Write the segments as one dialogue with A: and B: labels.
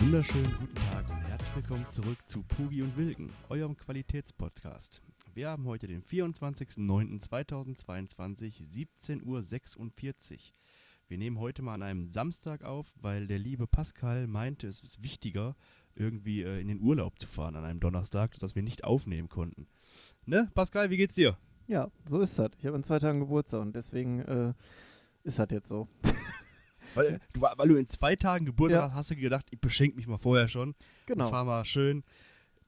A: Wunderschönen guten Tag und herzlich willkommen zurück zu Pugi und Wilken, eurem Qualitätspodcast. Wir haben heute den 24.09.2022, 17.46 Uhr. Wir nehmen heute mal an einem Samstag auf, weil der liebe Pascal meinte, es ist wichtiger, irgendwie äh, in den Urlaub zu fahren an einem Donnerstag, sodass wir nicht aufnehmen konnten. Ne, Pascal, wie geht's dir?
B: Ja, so ist das. Ich habe in zwei Tagen Geburtstag und deswegen äh, ist das jetzt so.
A: Weil, äh, du, weil du in zwei Tagen Geburtstag
B: Ja.
A: hast, hast du gedacht, ich beschenke mich mal vorher schon. Ich
B: Genau.
A: fahre mal schön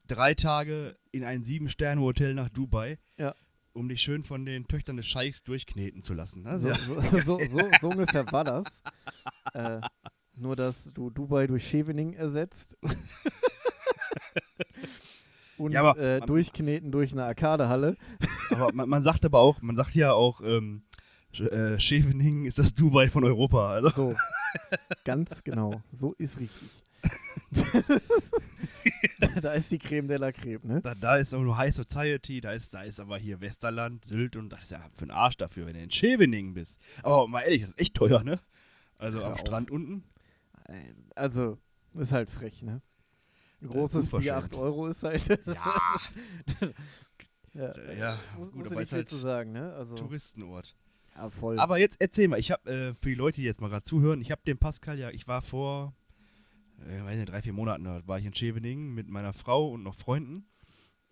A: drei Tage in ein Sieben-Sterne-Hotel nach Dubai,
B: Ja.
A: um dich schön von den Töchtern des Scheichs durchkneten zu lassen. Ne?
B: So,
A: Ja.
B: so, so, so, so ungefähr war das. äh, nur, dass du Dubai durch Schevening ersetzt. und
A: Ja, aber-
B: äh, durchkneten durch eine Arkadehalle.
A: Aber man, man sagt aber auch, man sagt ja auch, ähm, Sch- äh, Scheveningen ist das Dubai von Europa. Also,
B: So. Ganz genau. So ist richtig. da ist die Creme de la Creme, ne?
A: da, da ist aber nur High Society, da ist, da ist aber hier Westerland, Sylt und das ist ja für den Arsch dafür, wenn du in Scheveningen bist. Aber mal ehrlich, das ist echt teuer, ne? Also
B: Hör
A: am
B: auf.
A: Strand unten.
B: Also, ist halt frech, ne? Ein großes
A: Äh,
B: Bier,
A: unverschämt.
B: 8 Euro ist halt.
A: Ja,
B: Äh, ja,
A: ja,
B: muss,
A: gut,
B: muss
A: aber
B: nicht
A: ist
B: viel
A: halt
B: zu sagen, ne? Also,
A: Touristenort.
B: ja, voll.
A: Aber jetzt erzähl mal, ich habe äh, für die Leute, die jetzt mal gerade zuhören, ich habe den Pascal ja, ich war vor, äh, weiß nicht, drei, vier Monaten, da war ich in Scheveningen mit meiner Frau und noch Freunden.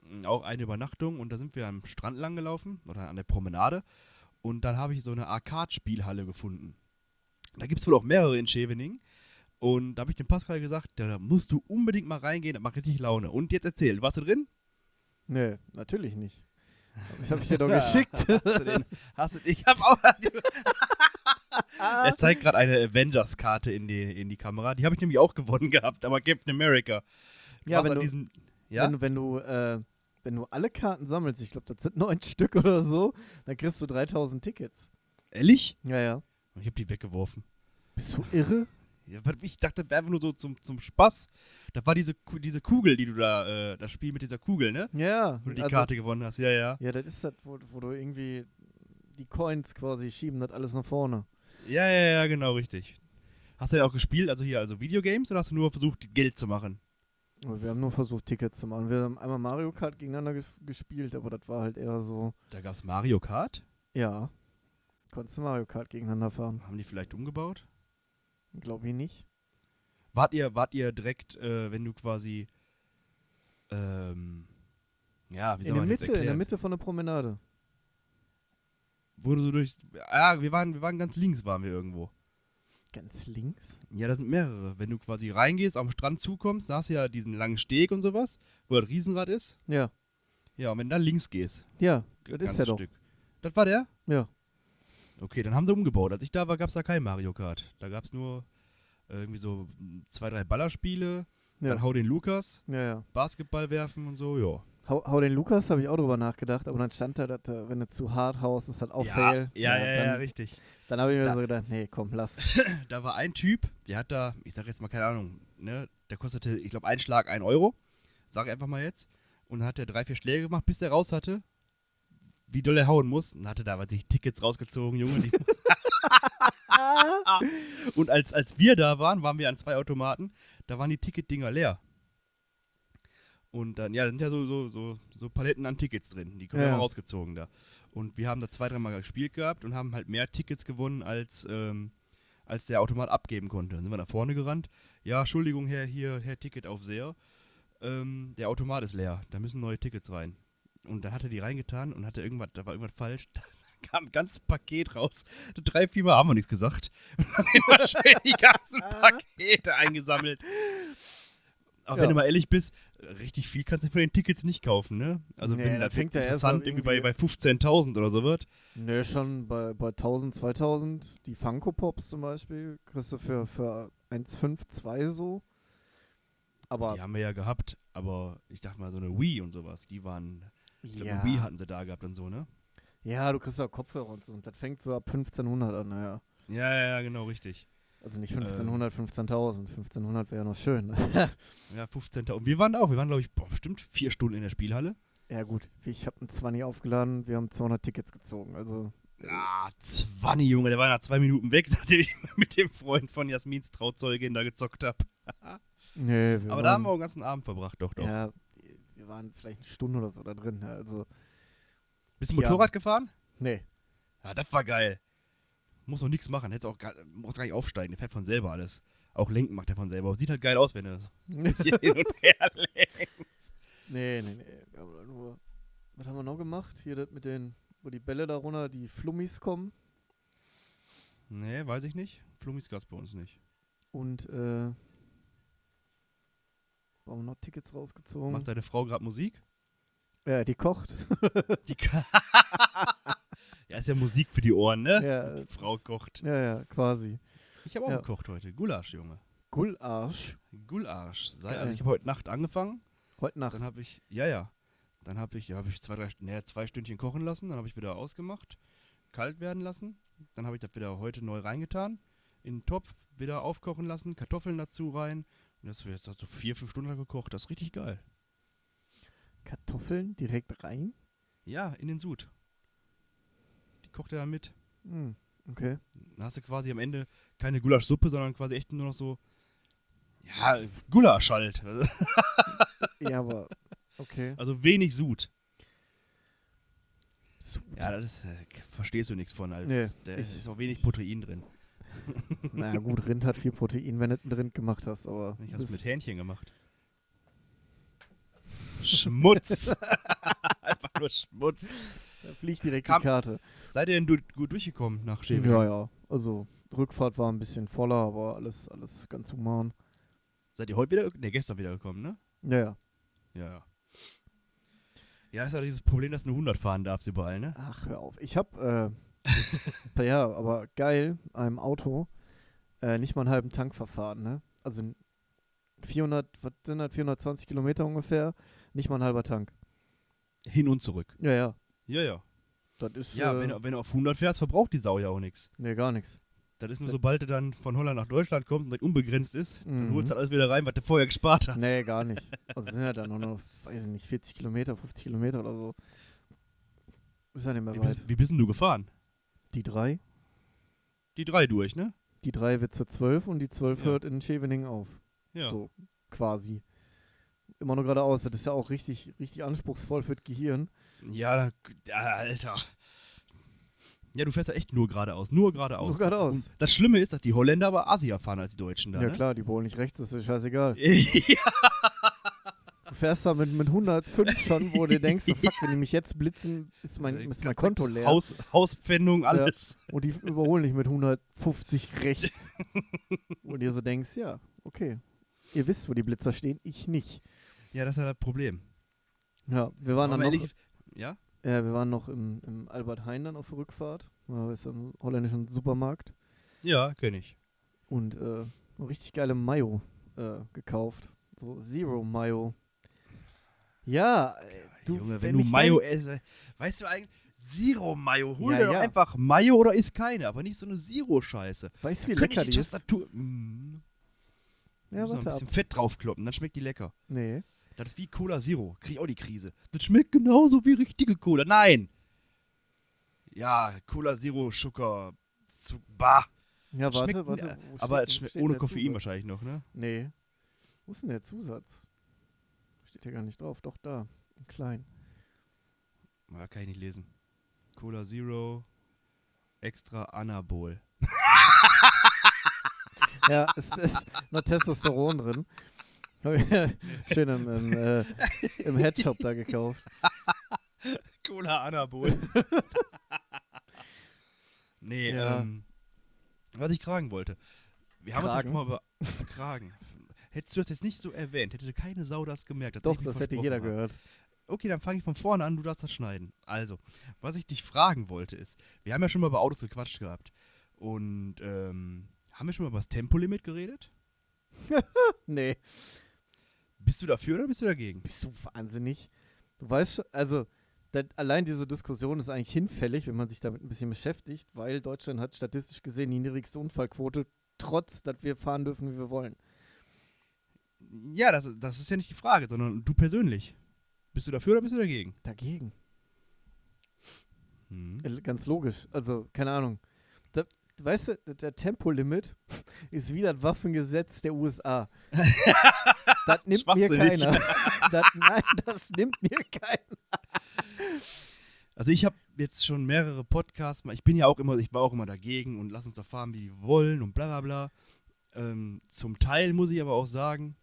A: Mm, Auch eine Übernachtung und da sind wir am Strand lang gelaufen oder an der Promenade und dann habe ich so eine Arcade-Spielhalle gefunden. Da gibt es wohl auch mehrere in Scheveningen und da habe ich dem Pascal gesagt, da musst du unbedingt mal reingehen, das macht richtig Laune. Und jetzt erzähl, warst du drin?
B: Nö, natürlich nicht. Ich habe ich dir doch geschickt.
A: Hast du den? Hast du, ich habe auch. er zeigt gerade eine Avengers-Karte in die, in die Kamera. Die habe ich nämlich auch gewonnen gehabt, aber Captain America. Du
B: Ja,
A: warst
B: wenn
A: an
B: du,
A: diesem, ja?
B: wenn, du- wenn du, äh, wenn du alle Karten sammelst, ich glaube, das sind neun Stück oder so, dann kriegst du 3000 Tickets.
A: ehrlich?
B: Ja, ja.
A: Ich habe die weggeworfen.
B: Bist du irre?
A: Ja, weil Ich dachte, das wäre einfach nur so zum, zum Spaß. Da war diese, Ku- diese Kugel, die du da, äh, das Spiel mit dieser Kugel, ne?
B: Ja.
A: Wo du die
B: also-
A: Karte gewonnen hast, ja, ja.
B: Ja, das ist das, wo, wo du irgendwie die Coins quasi schieben, das alles nach vorne.
A: Ja, ja, ja, genau, richtig. Hast du denn auch gespielt, also hier, also Videogames, oder hast du nur versucht, Geld zu machen?
B: Und wir haben nur versucht, Tickets zu machen. Wir haben einmal Mario Kart gegeneinander ges gespielt, aber das war halt eher so,
A: Da gab es Mario Kart.
B: ja. Konntest du Mario Kart gegeneinander fahren?
A: Haben die vielleicht umgebaut?
B: Glaube ich nicht.
A: Wart ihr, wart ihr direkt, äh, wenn du quasi, ähm, ja, wie soll
B: In der,
A: man das
B: Mitte, in der
A: erklären?
B: Mitte von der Promenade.
A: Wo du so durch, ja, wir waren, wir waren ganz links, waren wir irgendwo.
B: Ganz links?
A: Ja, da sind mehrere. Wenn du quasi reingehst, am Strand zukommst, da hast du ja diesen langen Steg und sowas, wo das Riesenrad ist.
B: Ja.
A: Ja, und wenn du da links gehst,
B: Ja,
A: g-
B: das ist
A: ganzes
B: ja doch.
A: Stück. Das war der?
B: Ja.
A: Okay, dann haben sie umgebaut. Als ich da war, gab es da kein Mario Kart. Da gab es nur äh, irgendwie so mm, zwei, drei Ballerspiele,
B: Ja.
A: dann hau den Lukas,
B: Ja, ja.
A: Basketball werfen und so, ja.
B: Hau, hau den Lukas, habe ich auch drüber nachgedacht, aber dann stand da, dass, äh, wenn du zu hart haust, ist das auch
A: ja,
B: fail.
A: Ja, ja, ja,
B: dann
A: richtig.
B: dann habe ich mir
A: Da-
B: so gedacht, nee, komm, lass.
A: da war ein Typ, der hat da, ich sag jetzt mal keine Ahnung, ne, der kostete, ich glaube, ein Schlag 1 Euro, sag ich einfach mal jetzt, und dann hat er drei, vier Schläge gemacht, bis der raus hatte, wie doll er hauen muss, und hatte da was sich Tickets rausgezogen, Junge. Die und als, als wir da waren, waren wir an zwei Automaten, da waren die Ticketdinger leer. Und dann, ja, da sind ja so, so, so, so Paletten an Tickets drin. Die können
B: Ja.
A: wir mal rausgezogen da. Und wir haben da zwei, dreimal gespielt gehabt und haben halt mehr Tickets gewonnen, als, ähm, als der Automat abgeben konnte. Dann sind wir nach vorne gerannt. Ja, Entschuldigung, Herr, hier, Herr Ticketaufseher. Ähm, der Automat ist leer. Da müssen neue Tickets rein. Und dann hat er die reingetan und hatte irgendwas, da war irgendwas falsch. Da kam ein ganzes Paket raus. Drei, vier Mal haben wir nichts gesagt. Und dann immer schön die ganzen Pakete eingesammelt. Aber
B: Ja.
A: wenn du mal ehrlich bist, richtig viel kannst du von den Tickets nicht kaufen, ne? Also
B: Nee,
A: wenn
B: dann
A: das
B: fängt ja erst
A: interessant
B: ab
A: irgendwie bei,
B: irgendwie-
A: bei 15.000 oder so wird.
B: Nö, schon bei, bei 1000, 2000, die Funko Pops zum Beispiel, kriegst du für, für 1,5, 2 so. Aber
A: Die haben wir ja gehabt, aber ich dachte mal so eine Wii und sowas, die waren, ich glaube eine Wii
B: ja.
A: hatten sie da gehabt und so, ne?
B: ja, du kriegst auch Kopfhörer und so. Und das fängt so ab 1500 an, naja.
A: Ja, ja, ja, genau, richtig.
B: Also nicht 1500, 15.000. 1500 wäre ja noch schön. ne?
A: Ja, 15. Und wir waren da auch, wir waren, glaube ich, boah, bestimmt vier Stunden in der Spielhalle.
B: ja gut, ich habe einen 20 aufgeladen, wir haben 200 Tickets gezogen. Also
A: Ah, 20, Junge, der war nach zwei Minuten weg, nachdem ich mit dem Freund von Jasmins Trauzeugin da gezockt habe.
B: nee, wir
A: Aber da haben wir auch den ganzen Abend verbracht, doch, doch.
B: ja, wir waren vielleicht eine Stunde oder so da drin. ja, Also
A: Bist du
B: Ja.
A: Motorrad gefahren?
B: nee,
A: Ja, das war geil. Muss noch nichts machen, hätt's auch gar, muss gar nicht aufsteigen, der fährt von selber alles. Auch lenken macht er von selber. Sieht halt geil aus, wenn er so ein
B: nee,
A: bisschen hin und her lenkt.
B: nee, nee. Wir haben da nur. Was haben wir noch gemacht? Hier das mit den, wo die Bälle da runter, die Flummis kommen.
A: Nee, weiß ich nicht. Flummis gab's bei uns nicht.
B: Und äh, haben wir noch Tickets rausgezogen.
A: Macht deine Frau gerade Musik?
B: Ja, die kocht.
A: Die Ka- ja, ist ja Musik für die Ohren, ne?
B: Ja,
A: die Frau kocht.
B: Ja, ja, quasi.
A: Ich habe auch
B: Ja.
A: gekocht heute. Gulasch, Junge.
B: Gullarsch.
A: Gulasch. Sei,
B: Geil.
A: also ich habe heute Nacht angefangen.
B: Heute Nacht.
A: Dann habe ich, ja, ja. Dann habe ich, ja, habe ich zwei, drei, St- naja, zwei Stündchen kochen lassen. Dann habe ich wieder ausgemacht, kalt werden lassen. Dann habe ich das wieder heute neu reingetan. In den Topf wieder aufkochen lassen, Kartoffeln dazu rein. Und das wird jetzt hat so vier, fünf Stunden lang gekocht. Das ist richtig geil.
B: Kartoffeln direkt rein?
A: Ja, in den Sud. Die kocht er dann mit.
B: Hm, okay.
A: Dann hast du quasi am Ende keine Gulaschsuppe, sondern quasi echt nur noch so, ja, Gulasch halt.
B: Ja, aber. Okay.
A: Also wenig Sud.
B: So,
A: Ja, das ist, äh, k- verstehst du nichts von, als
B: Nee,
A: da
B: ich-
A: ist auch wenig Protein drin.
B: Na ja, gut, Rind hat viel Protein, wenn du einen Rind gemacht hast, aber.
A: Ich habe es
B: das-
A: mit Hähnchen gemacht. Schmutz. Einfach nur Schmutz.
B: da fliegt direkt
A: Kam-
B: die Karte.
A: Seid ihr denn du- gut durchgekommen nach Schäbing?
B: Ja, ja. Also, Rückfahrt war ein bisschen voller, aber alles, alles ganz human.
A: Seid ihr heute wieder, ne, gestern wieder gekommen, ne?
B: Ja, ja.
A: Ja, ja. Ja, ist ja dieses Problem, dass du nur 100 fahren darfst überall, ne?
B: Ach, hör auf. Ich hab, äh, das- ja, aber geil, einem Auto, äh, nicht mal einen halben Tank verfahren, ne? Also n- 400, was sind das, 420 Kilometer ungefähr, nicht mal ein halber Tank.
A: Hin und zurück.
B: Ja, ja,
A: Ja, ja.
B: das ist,
A: Ja,
B: äh,
A: wenn, du- wenn du auf 100 fährst, verbraucht die Sau ja auch nichts.
B: nee, gar nichts.
A: Das ist nur, sobald du dann von Holland nach Deutschland kommst und direkt unbegrenzt ist, dann
B: Mhm.
A: holst du alles wieder rein, was du vorher gespart hast.
B: Nee, gar nicht. Also sind ja dann nur noch, weiß ich nicht, 40 Kilometer, 50 Kilometer oder so. Ist ja nicht mehr
A: Wie
B: weit.
A: bist, wie bist denn du gefahren?
B: Die drei,
A: Die drei durch, ne?
B: die drei wird zur 12 und die 12
A: Ja.
B: hört in Scheveningen auf.
A: Ja.
B: So. quasi. Immer nur geradeaus. Das ist ja auch richtig, richtig anspruchsvoll für das Gehirn.
A: Ja, da- Alter. Ja, du fährst ja echt nur geradeaus, nur geradeaus.
B: Nur geradeaus.
A: Und Das Schlimme ist, dass die Holländer aber Asia fahren als die Deutschen da.
B: Ja,
A: ne?
B: klar, die bohren nicht rechts, das ist scheißegal.
A: ja,
B: Du fährst da mit, mit 105 schon, wo du denkst, so, fuck, wenn die mich jetzt blitzen, ist mein, ist mein Konto leer.
A: Äh, Haus, Hauspfändung, alles.
B: Und die überholen dich mit 150 rechts. Und dir so denkst, ja, okay. Ihr wisst, wo die Blitzer stehen, ich nicht.
A: Ja. das ist ja das Problem.
B: Ja, wir waren dann
A: Aber
B: noch,
A: ehrlich, ja?
B: ja, wir waren noch im, im Albert Heijn dann auf der Rückfahrt. Ja, ist ein holländischen Supermarkt.
A: Ja, kenne ich.
B: und äh, eine richtig geile Mayo äh, gekauft. So Zero Mayo. Ja, äh, du,
A: Junge,
B: wenn
A: wenn, du
B: ich
A: Mayo isst, weißt du eigentlich, Zero Mayo, hol
B: Ja,
A: dir doch
B: ja.
A: einfach Mayo oder isst keine, aber nicht so eine Zero-Scheiße.
B: Dann, weißt du, wie
A: Könnte ich
B: lecker
A: die
B: die ist?
A: Tastatur. Mm, ja,
B: Ja,
A: muss noch ein
B: warte ab.
A: bisschen Fett draufkloppen, dann schmeckt die lecker.
B: Nee.
A: Das ist wie Cola Zero, krieg ich auch die Krise. Das schmeckt genauso wie richtige Cola. Nein! Ja, Cola Zero, Zucker, zu, bah.
B: Ja, warte,
A: Schmeckt-
B: warte.
A: äh,
B: wo steht
A: aber
B: denn-
A: es schmeckt
B: steht
A: ohne
B: der
A: Koffein
B: Zusatz?
A: wahrscheinlich noch, ne?
B: Nee. Wo ist denn der Zusatz? Steht hier gar nicht drauf. Doch, da. In klein.
A: Ja, Ah, kann ich nicht lesen. Cola Zero, extra Anabol.
B: Ja, es ist noch Testosteron drin. Hab ich Schön im, im, äh, im Headshop da gekauft.
A: Cola Anabol. nee,
B: Ja.
A: ähm, was ich kragen wollte. Wir haben
B: Kragen?
A: uns ja schon mal über Kragen. Hättest du das jetzt nicht so erwähnt, hätte keine Sau das gemerkt. dass
B: Doch,
A: ich mir
B: das hätte
A: versprochen ne?
B: jeder
A: habe.
B: gehört.
A: Okay, dann fange ich von vorne an, du darfst das schneiden. Also, was ich dich fragen wollte ist, wir haben ja schon mal über Autos gequatscht gehabt. Und ähm, haben wir schon mal über das Tempolimit geredet?
B: Nee.
A: Bist du dafür oder bist du dagegen?
B: Bist du wahnsinnig? Du weißt schon, also da, allein diese Diskussion ist eigentlich hinfällig, wenn man sich damit ein bisschen beschäftigt, weil Deutschland hat statistisch gesehen die niedrigste Unfallquote trotz, dass wir fahren dürfen, wie wir wollen.
A: Ja, das, ist- das ist ja nicht die Frage, sondern du persönlich. Bist du dafür oder bist du dagegen?
B: Dagegen.
A: Hm.
B: Äh, Ganz logisch. Also, keine Ahnung. Da, weißt du, der Tempolimit ist wie das Waffengesetz der USA. das nimmt mir
A: Schwachsinnig.
B: keiner. Das, nein, das nimmt mir keiner.
A: Also ich habe jetzt schon mehrere Podcasts, mal- ich bin ja auch immer, ich war auch immer dagegen und lass uns doch fahren, wie die wollen und bla bla bla. Ähm, zum Teil muss ich aber auch sagen,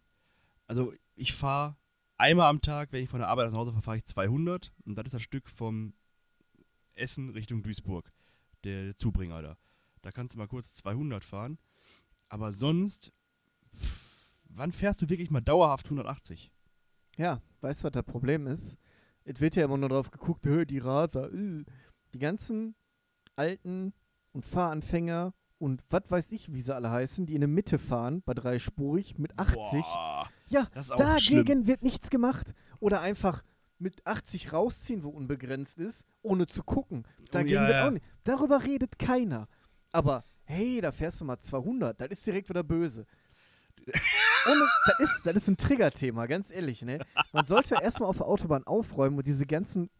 A: also ich fahre einmal am Tag, wenn ich von der Arbeit nach Hause fahre, fahre ich 200 und das ist das Stück vom Essen Richtung Duisburg, der Zubringer da. Da kannst du mal kurz 200 fahren, aber sonst, pff, wann fährst du wirklich mal dauerhaft 180?
B: Ja, weißt du, was das Problem ist? Es wird ja immer nur drauf geguckt, "Hö, die Raser, äh." die ganzen Alten und Fahranfänger und was weiß ich, wie sie alle heißen, die in der Mitte fahren, bei dreispurig, mit 80.
A: Boah,
B: Ja,
A: das ist auch
B: dagegen
A: schlimm.
B: wird nichts gemacht. Oder einfach mit 80 rausziehen, wo unbegrenzt ist, ohne zu gucken. Dagegen
A: Oh, ja,
B: wird
A: ja.
B: auch nicht. Darüber redet keiner. Aber hey, da fährst du mal 200, das ist direkt wieder böse. Ohne, das, ist, das ist ein Triggerthema, ganz ehrlich. Ne? Man sollte erstmal auf der Autobahn aufräumen und diese ganzen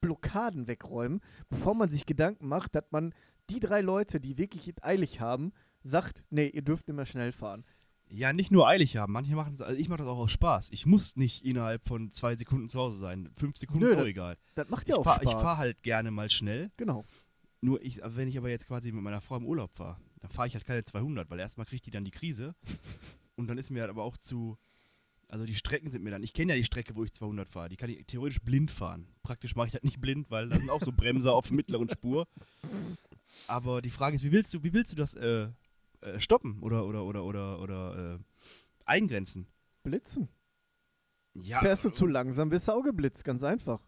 B: Blockaden wegräumen, bevor man sich Gedanken macht, dass man die drei Leute, die wirklich eilig haben, sagt, nee, ihr dürft nicht mehr schnell fahren.
A: Ja, nicht nur eilig haben. Manche machen das, also ich mache das auch aus Spaß. Ich muss nicht innerhalb von zwei Sekunden zu Hause sein. Fünf Sekunden
B: Nö,
A: ist auch
B: das-
A: egal.
B: Das macht
A: Ich
B: ja auch
A: fahre
B: Spaß.
A: fahr halt gerne mal schnell.
B: Genau.
A: Nur ich, wenn ich aber jetzt quasi mit meiner Frau im Urlaub fahre, dann fahre ich halt keine 200, weil erstmal kriegt die dann die Krise. Und dann ist mir halt aber auch zu. Also die Strecken sind mir dann. Ich kenne ja die Strecke, wo ich 200 fahre. Die kann ich theoretisch blind fahren. Praktisch mache ich das nicht blind, weil da sind auch so Bremser auf mittleren Spur. Aber die Frage ist, wie willst du, wie willst du das äh, äh, stoppen oder oder oder oder oder äh, eingrenzen?
B: Blitzen.
A: Ja,
B: Fährst du zu langsam, wirst du auch geblitzt, ganz einfach.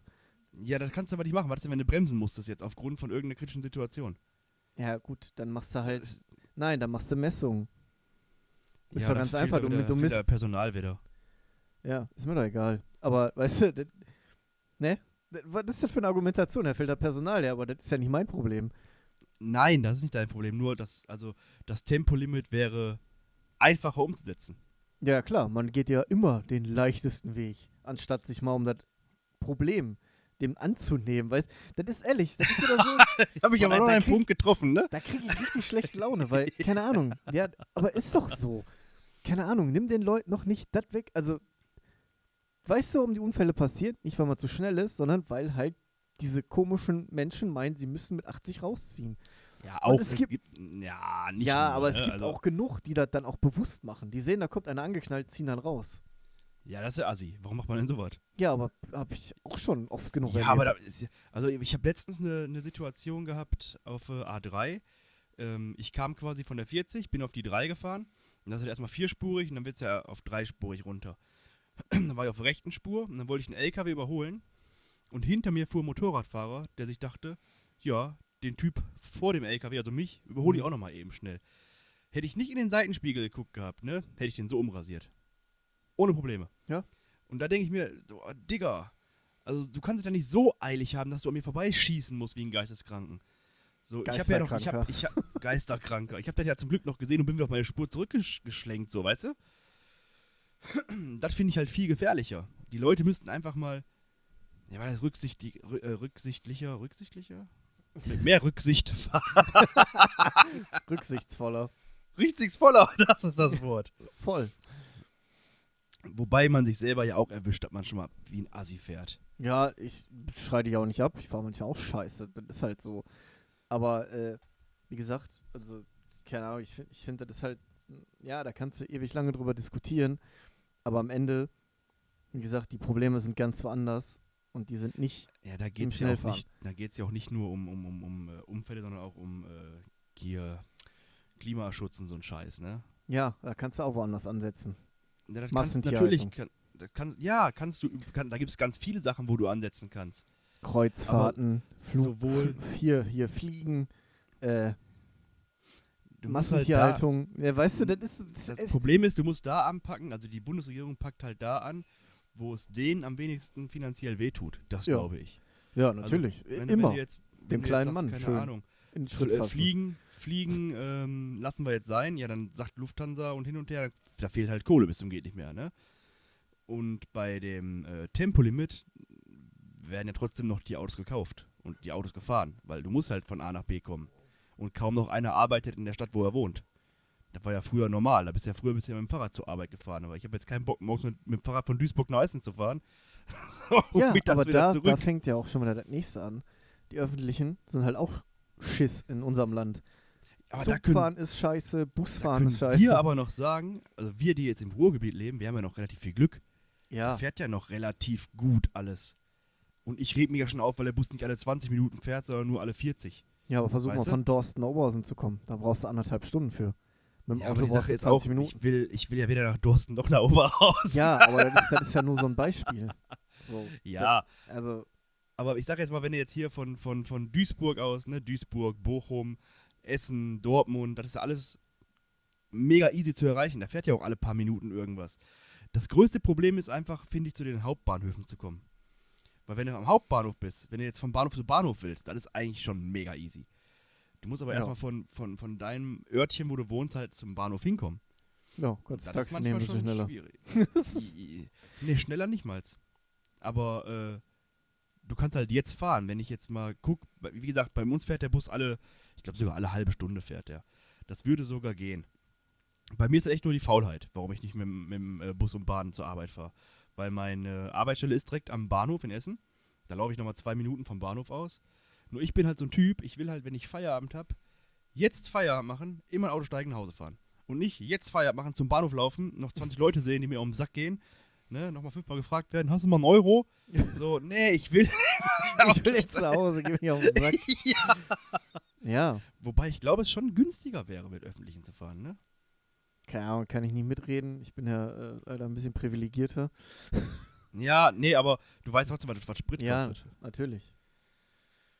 A: ja, das kannst du aber nicht machen. Was ist denn, wenn du bremsen musstest jetzt aufgrund von irgendeiner kritischen Situation?
B: Ja, gut, dann machst du halt.
A: Das-
B: Nein, dann machst du Messungen. Ist doch
A: da
B: ganz
A: fehlt
B: einfach,
A: doch
B: du-
A: wieder-
B: du
A: fehlt
B: misst-
A: da Personal wieder.
B: Ja, ist mir doch egal. Aber weißt du, das, ne? Das, was ist das für eine Argumentation? Da fehlt da Personal, ja, aber das ist ja nicht mein Problem.
A: Nein, das ist nicht dein Problem. Nur das, also das Tempolimit wäre einfacher umzusetzen.
B: Ja, klar, man geht ja immer den leichtesten Weg, anstatt sich mal um das Problem dem anzunehmen, weißt Das ist ehrlich, das ist wieder so.
A: Ich habe mich
B: aber noch einen Punkt
A: getroffen, ne?
B: Da kriege ich richtig schlechte Laune, weil, keine Ahnung, ja, aber ist doch so. Keine Ahnung, nimm den Leuten noch nicht das weg. Also, weißt du, warum die Unfälle passieren? Nicht, weil man zu schnell ist, sondern weil halt diese komischen Menschen meinen, sie müssen mit 80 rausziehen.
A: Ja, auch.
B: es
A: Es
B: gibt-
A: gibt, ja, nicht
B: ja,
A: nur,
B: aber
A: ne?
B: es gibt
A: also,
B: auch genug, die das dann auch bewusst machen. Die sehen, da kommt einer angeknallt, ziehen dann raus.
A: Ja, das ist ja assi. Warum macht man denn sowas? ja
B: Ja, aber habe ich auch schon oft genug
A: Ja, aber da ist, ja- also ich habe letztens eine, eine Situation gehabt auf äh, A3. Ähm, ich kam quasi von der 40, bin auf die 3 gefahren. Und das ist erstmal vierspurig und dann wird es ja auf dreispurig runter. dann war ich auf der rechten Spur und dann wollte ich einen LKW überholen. Und hinter mir fuhr ein Motorradfahrer, der sich dachte, ja, den Typ vor dem LKW, also mich, überhole ich
B: Mhm.
A: auch nochmal eben schnell. Hätte ich nicht in den Seitenspiegel geguckt gehabt, ne, hätte ich den so umrasiert. Ohne Probleme.
B: Ja.
A: Und da denke ich mir, oh, Digga, also du kannst es ja nicht so eilig haben, dass du an mir vorbeischießen musst wie ein Geisteskranken. So, ich habe ja noch, ich hab,
B: Geisterkranker.
A: ich hab, Geisterkranker. Ich habe das ja zum Glück noch gesehen und bin wieder auf meine Spur zurückgeschlenkt, so, weißt du? Das finde ich halt viel gefährlicher. Die Leute müssten einfach mal, ja, war das rücksichtig, rü- äh, rücksichtlicher, rücksichtlicher? Mit mehr Rücksicht fahren.
B: Rücksichtsvoller.
A: Rücksichtsvoller, das ist das Wort.
B: Voll.
A: Wobei man sich selber ja auch erwischt, dass man schon mal wie ein Assi fährt.
B: Ja, ich schreie dich auch nicht ab. Ich fahre manchmal auch scheiße. Das ist halt so. Aber, äh, wie gesagt, also, keine Ahnung, ich, fin- ich finde, das ist halt, ja, da kannst du ewig lange drüber diskutieren. Aber am Ende, wie gesagt, die Probleme sind ganz woanders. Und die sind nicht,
A: Ja, da
B: Im
A: geht es ja, auch
B: Schnellfahren.
A: nicht- da geht's ja auch nicht nur um, um, um, um äh, Umfälle, sondern auch um äh, hier Klimaschutz und so ein Scheiß, ne?
B: ja, da kannst du auch woanders ansetzen.
A: Ja, das kannst,
B: Massentierhaltung.
A: natürlich, kann, das kann, ja, kannst du, kann, da gibt es ganz viele Sachen, wo du ansetzen kannst.
B: Kreuzfahrten, Flug,
A: Sowohl,
B: hier, hier fliegen, äh,
A: du musst halt da,
B: Massentierhaltung. ja, weißt du, das ist, das
A: das
B: ist
A: Problem ist, du musst da anpacken, also die Bundesregierung packt halt da an, wo es denen am wenigsten finanziell wehtut. Das
B: Ja.
A: glaube ich.
B: ja, natürlich,
A: Wenn, Also,
B: immer,
A: wenn du jetzt, wenn
B: Dem
A: du
B: kleinen
A: jetzt sagst,
B: Mann,
A: keine
B: schön.
A: Ahnung,
B: in den
A: Fl-
B: Schritt
A: äh,
B: fassen.
A: Fliegen, Fliegen ähm, lassen wir jetzt sein. Ja, dann sagt Lufthansa und hin und her, da fehlt halt Kohle bis zum geht nicht mehr, ne? Und bei dem äh, Tempolimit werden ja trotzdem noch die Autos gekauft und die Autos gefahren, weil du musst halt von A nach B kommen. Und kaum noch einer arbeitet in der Stadt, wo er wohnt. Das war ja früher normal. Da bist du ja früher bist du ja mit dem Fahrrad zur Arbeit gefahren. Aber ich habe jetzt keinen Bock, morgens mit, mit dem Fahrrad von Duisburg nach Essen zu fahren. so,
B: Ja,
A: mittags
B: aber
A: wieder
B: da, da fängt ja auch schon wieder das nächste an. Die öffentlichen sind halt auch Schiss in unserem Land.
A: aber da können,
B: Zugfahren ist scheiße, Busfahren
A: können
B: ist scheiße.
A: wir aber noch sagen, also wir, die jetzt im Ruhrgebiet leben, wir haben ja noch relativ viel Glück.
B: ja,
A: Da fährt ja noch relativ gut alles. Und ich reg mich ja schon auf, weil der Bus nicht alle 20 Minuten fährt, sondern nur alle 40.
B: ja, aber versuch mal
A: Weißt du?
B: von Dorsten nach Oberhausen zu kommen. Da brauchst du anderthalb Stunden für. Mit dem
A: Ja, aber
B: Auto
A: die Sache
B: brauchst du
A: ist auch,
B: 20 Minuten.
A: ich will, ich will ja weder nach Dorsten noch nach Oberhausen.
B: Ja, aber das ist, das ist ja nur so ein Beispiel. So, da-
A: ja
B: also,
A: aber ich sag jetzt mal, wenn du jetzt hier von, von, von Duisburg aus, ne, Duisburg, Bochum, Essen, Dortmund, das ist ja alles mega easy zu erreichen. Da fährt ja auch alle paar Minuten irgendwas. Das größte Problem ist einfach, finde ich, zu den Hauptbahnhöfen zu kommen. Weil wenn du am Hauptbahnhof bist, wenn du jetzt vom Bahnhof zu Bahnhof willst, das ist eigentlich schon mega easy. Du musst aber
B: Ja.
A: erstmal von, von, von deinem Örtchen, wo du wohnst, halt zum Bahnhof hinkommen.
B: ja, Gott, das Taxi nehmen ist schneller.
A: schwierig. I- nee, schneller nicht mal. Aber äh, du kannst halt jetzt fahren, wenn ich jetzt mal guck, wie gesagt, bei uns fährt der Bus alle, ich glaube sogar alle halbe Stunde fährt er. Das würde sogar gehen. Bei mir ist das echt nur die Faulheit, warum ich nicht mit, dem- mit dem äh, Bus und Bahn zur Arbeit fahre. Weil meine Arbeitsstelle ist direkt am Bahnhof in Essen. Da laufe ich nochmal zwei Minuten vom Bahnhof aus. Nur ich bin halt so ein Typ, ich will halt, wenn ich Feierabend habe, jetzt Feierabend machen, immer ein Auto steigen, nach Hause fahren. Und nicht jetzt Feierabend machen, zum Bahnhof laufen, noch 20 Leute sehen, die mir auf den Sack gehen, ne, nochmal fünfmal gefragt werden, hast du mal einen Euro? So, nee, ich will.
B: Ich will jetzt nach Hause, geh mich auf den Sack. ja.
A: Wobei ich glaube, es schon günstiger wäre, mit Öffentlichen zu fahren, ne?
B: Keine Ahnung, kann ich nicht mitreden. Ich bin ja äh, leider ein bisschen privilegierter.
A: Ja, nee, aber du weißt trotzdem, was was Sprit
B: Ja.
A: kostet.
B: Natürlich.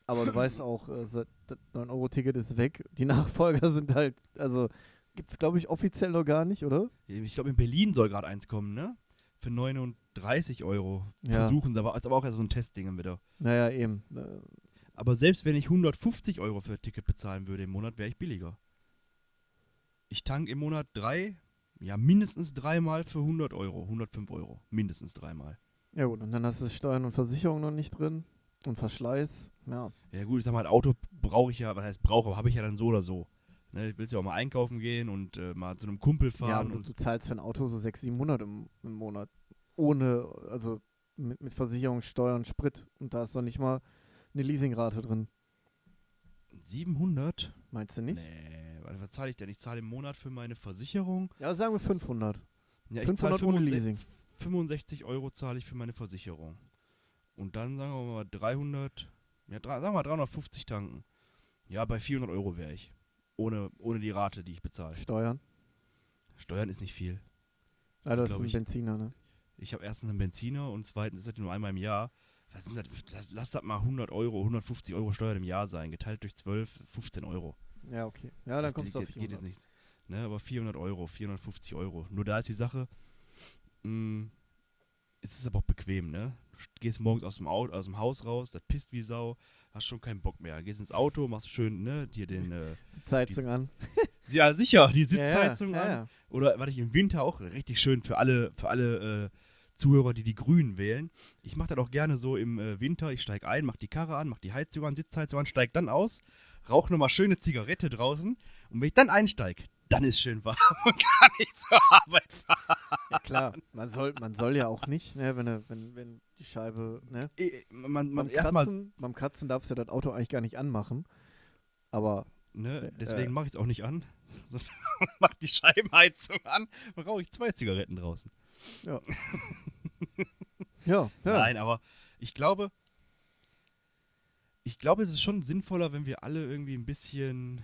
B: Aber du weißt auch, äh, seit- das 9-Euro-Ticket ist weg. Die Nachfolger sind halt, also gibt es, glaube ich, offiziell noch gar nicht, oder?
A: Ich glaube, in Berlin soll gerade eins kommen, ne? Für 39 Euro.
B: Ja.
A: Versuchen sie, aber ist aber auch erst so ein Testding wieder.
B: Naja, eben. Äh,
A: Aber selbst wenn ich 150 Euro für ein Ticket bezahlen würde im Monat, wäre ich billiger. Ich tank im Monat drei, ja, mindestens dreimal für 100 Euro, 105 Euro. Mindestens dreimal.
B: ja gut, und dann hast du Steuern und Versicherung noch nicht drin. Und Verschleiß. Ja.
A: Ja, gut, ich sag mal, ein Auto brauche ich ja, was heißt brauche, aber habe ich ja dann so oder so. Ne, ich will ja auch mal einkaufen gehen und äh, mal zu einem Kumpel
B: ja,
A: fahren.
B: aber du,
A: und,
B: du zahlst für ein Auto so 600, 700 im, im Monat. Ohne, also mit, mit Versicherung, Steuern, Sprit. Und da ist noch nicht mal eine Leasingrate drin.
A: 700?
B: Meinst du nicht?
A: Nee, warte, was zahle ich denn? Ich zahle im Monat für meine Versicherung.
B: Ja, sagen wir 500.
A: Ja, ich zahle
B: 500 ohne
A: 65
B: Leasing.
A: 65 Euro zahle ich für meine Versicherung. Und dann sagen wir mal 300, ja, drei- sagen wir mal 350 tanken. Ja, bei 400 Euro wäre ich. Ohne, ohne die Rate, die ich bezahle.
B: Steuern.
A: Steuern ist nicht viel.
B: Ah, du hast
A: glaub
B: einen
A: ich.
B: Benziner, ne?
A: Ich habe erstens einen Benziner und zweitens ist das nur einmal im Jahr. Was sind das? Lass, lass das mal 100 Euro, 150 Euro Steuern im Jahr sein. Geteilt durch 12, 15 Euro.
B: Ja, okay. Ja, dann
A: Das
B: kommst du auf
A: geht, geht jetzt
B: 400.
A: nichts. Ne, aber 400 Euro, 450 Euro. Nur da ist die Sache, mh, es ist aber auch bequem, ne? Du st- gehst morgens aus dem, Auto, aus dem Haus raus, das pisst wie Sau, hast schon keinen Bock mehr. Gehst ins Auto, machst schön, ne, dir den, äh,
B: Die Zeitung
A: Dies-
B: an.
A: ja sicher, die Sitzheizung
B: ja, ja,
A: an.
B: ja.
A: Oder was ich im Winter auch richtig schön für alle, für alle äh, Zuhörer, die die Grünen wählen. Ich mache das auch gerne so im äh, Winter. Ich steige ein, mache die Karre an, mache die Heizung an, Sitzheizung an, steige dann aus, rauche nochmal schöne Zigarette draußen. Und wenn ich dann einsteige, dann ist schön warm und kann ich zur Arbeit fahren.
B: ja, klar. Man soll, man soll ja auch nicht, ne, wenn, er- wenn, wenn die Scheibe, ne?
A: Eh, Man, man,
B: Beim
A: erstmal,
B: Kratzen, beim Kratzen darfst du das Auto eigentlich gar nicht anmachen. Aber
A: ne,
B: Äh.
A: deswegen mache ich es auch nicht an. mache die Scheibenheizung an und rauche ich zwei Zigaretten draußen.
B: ja, ja.
A: Nein, aber ich glaube, ich glaube, es ist schon sinnvoller, wenn wir alle irgendwie ein bisschen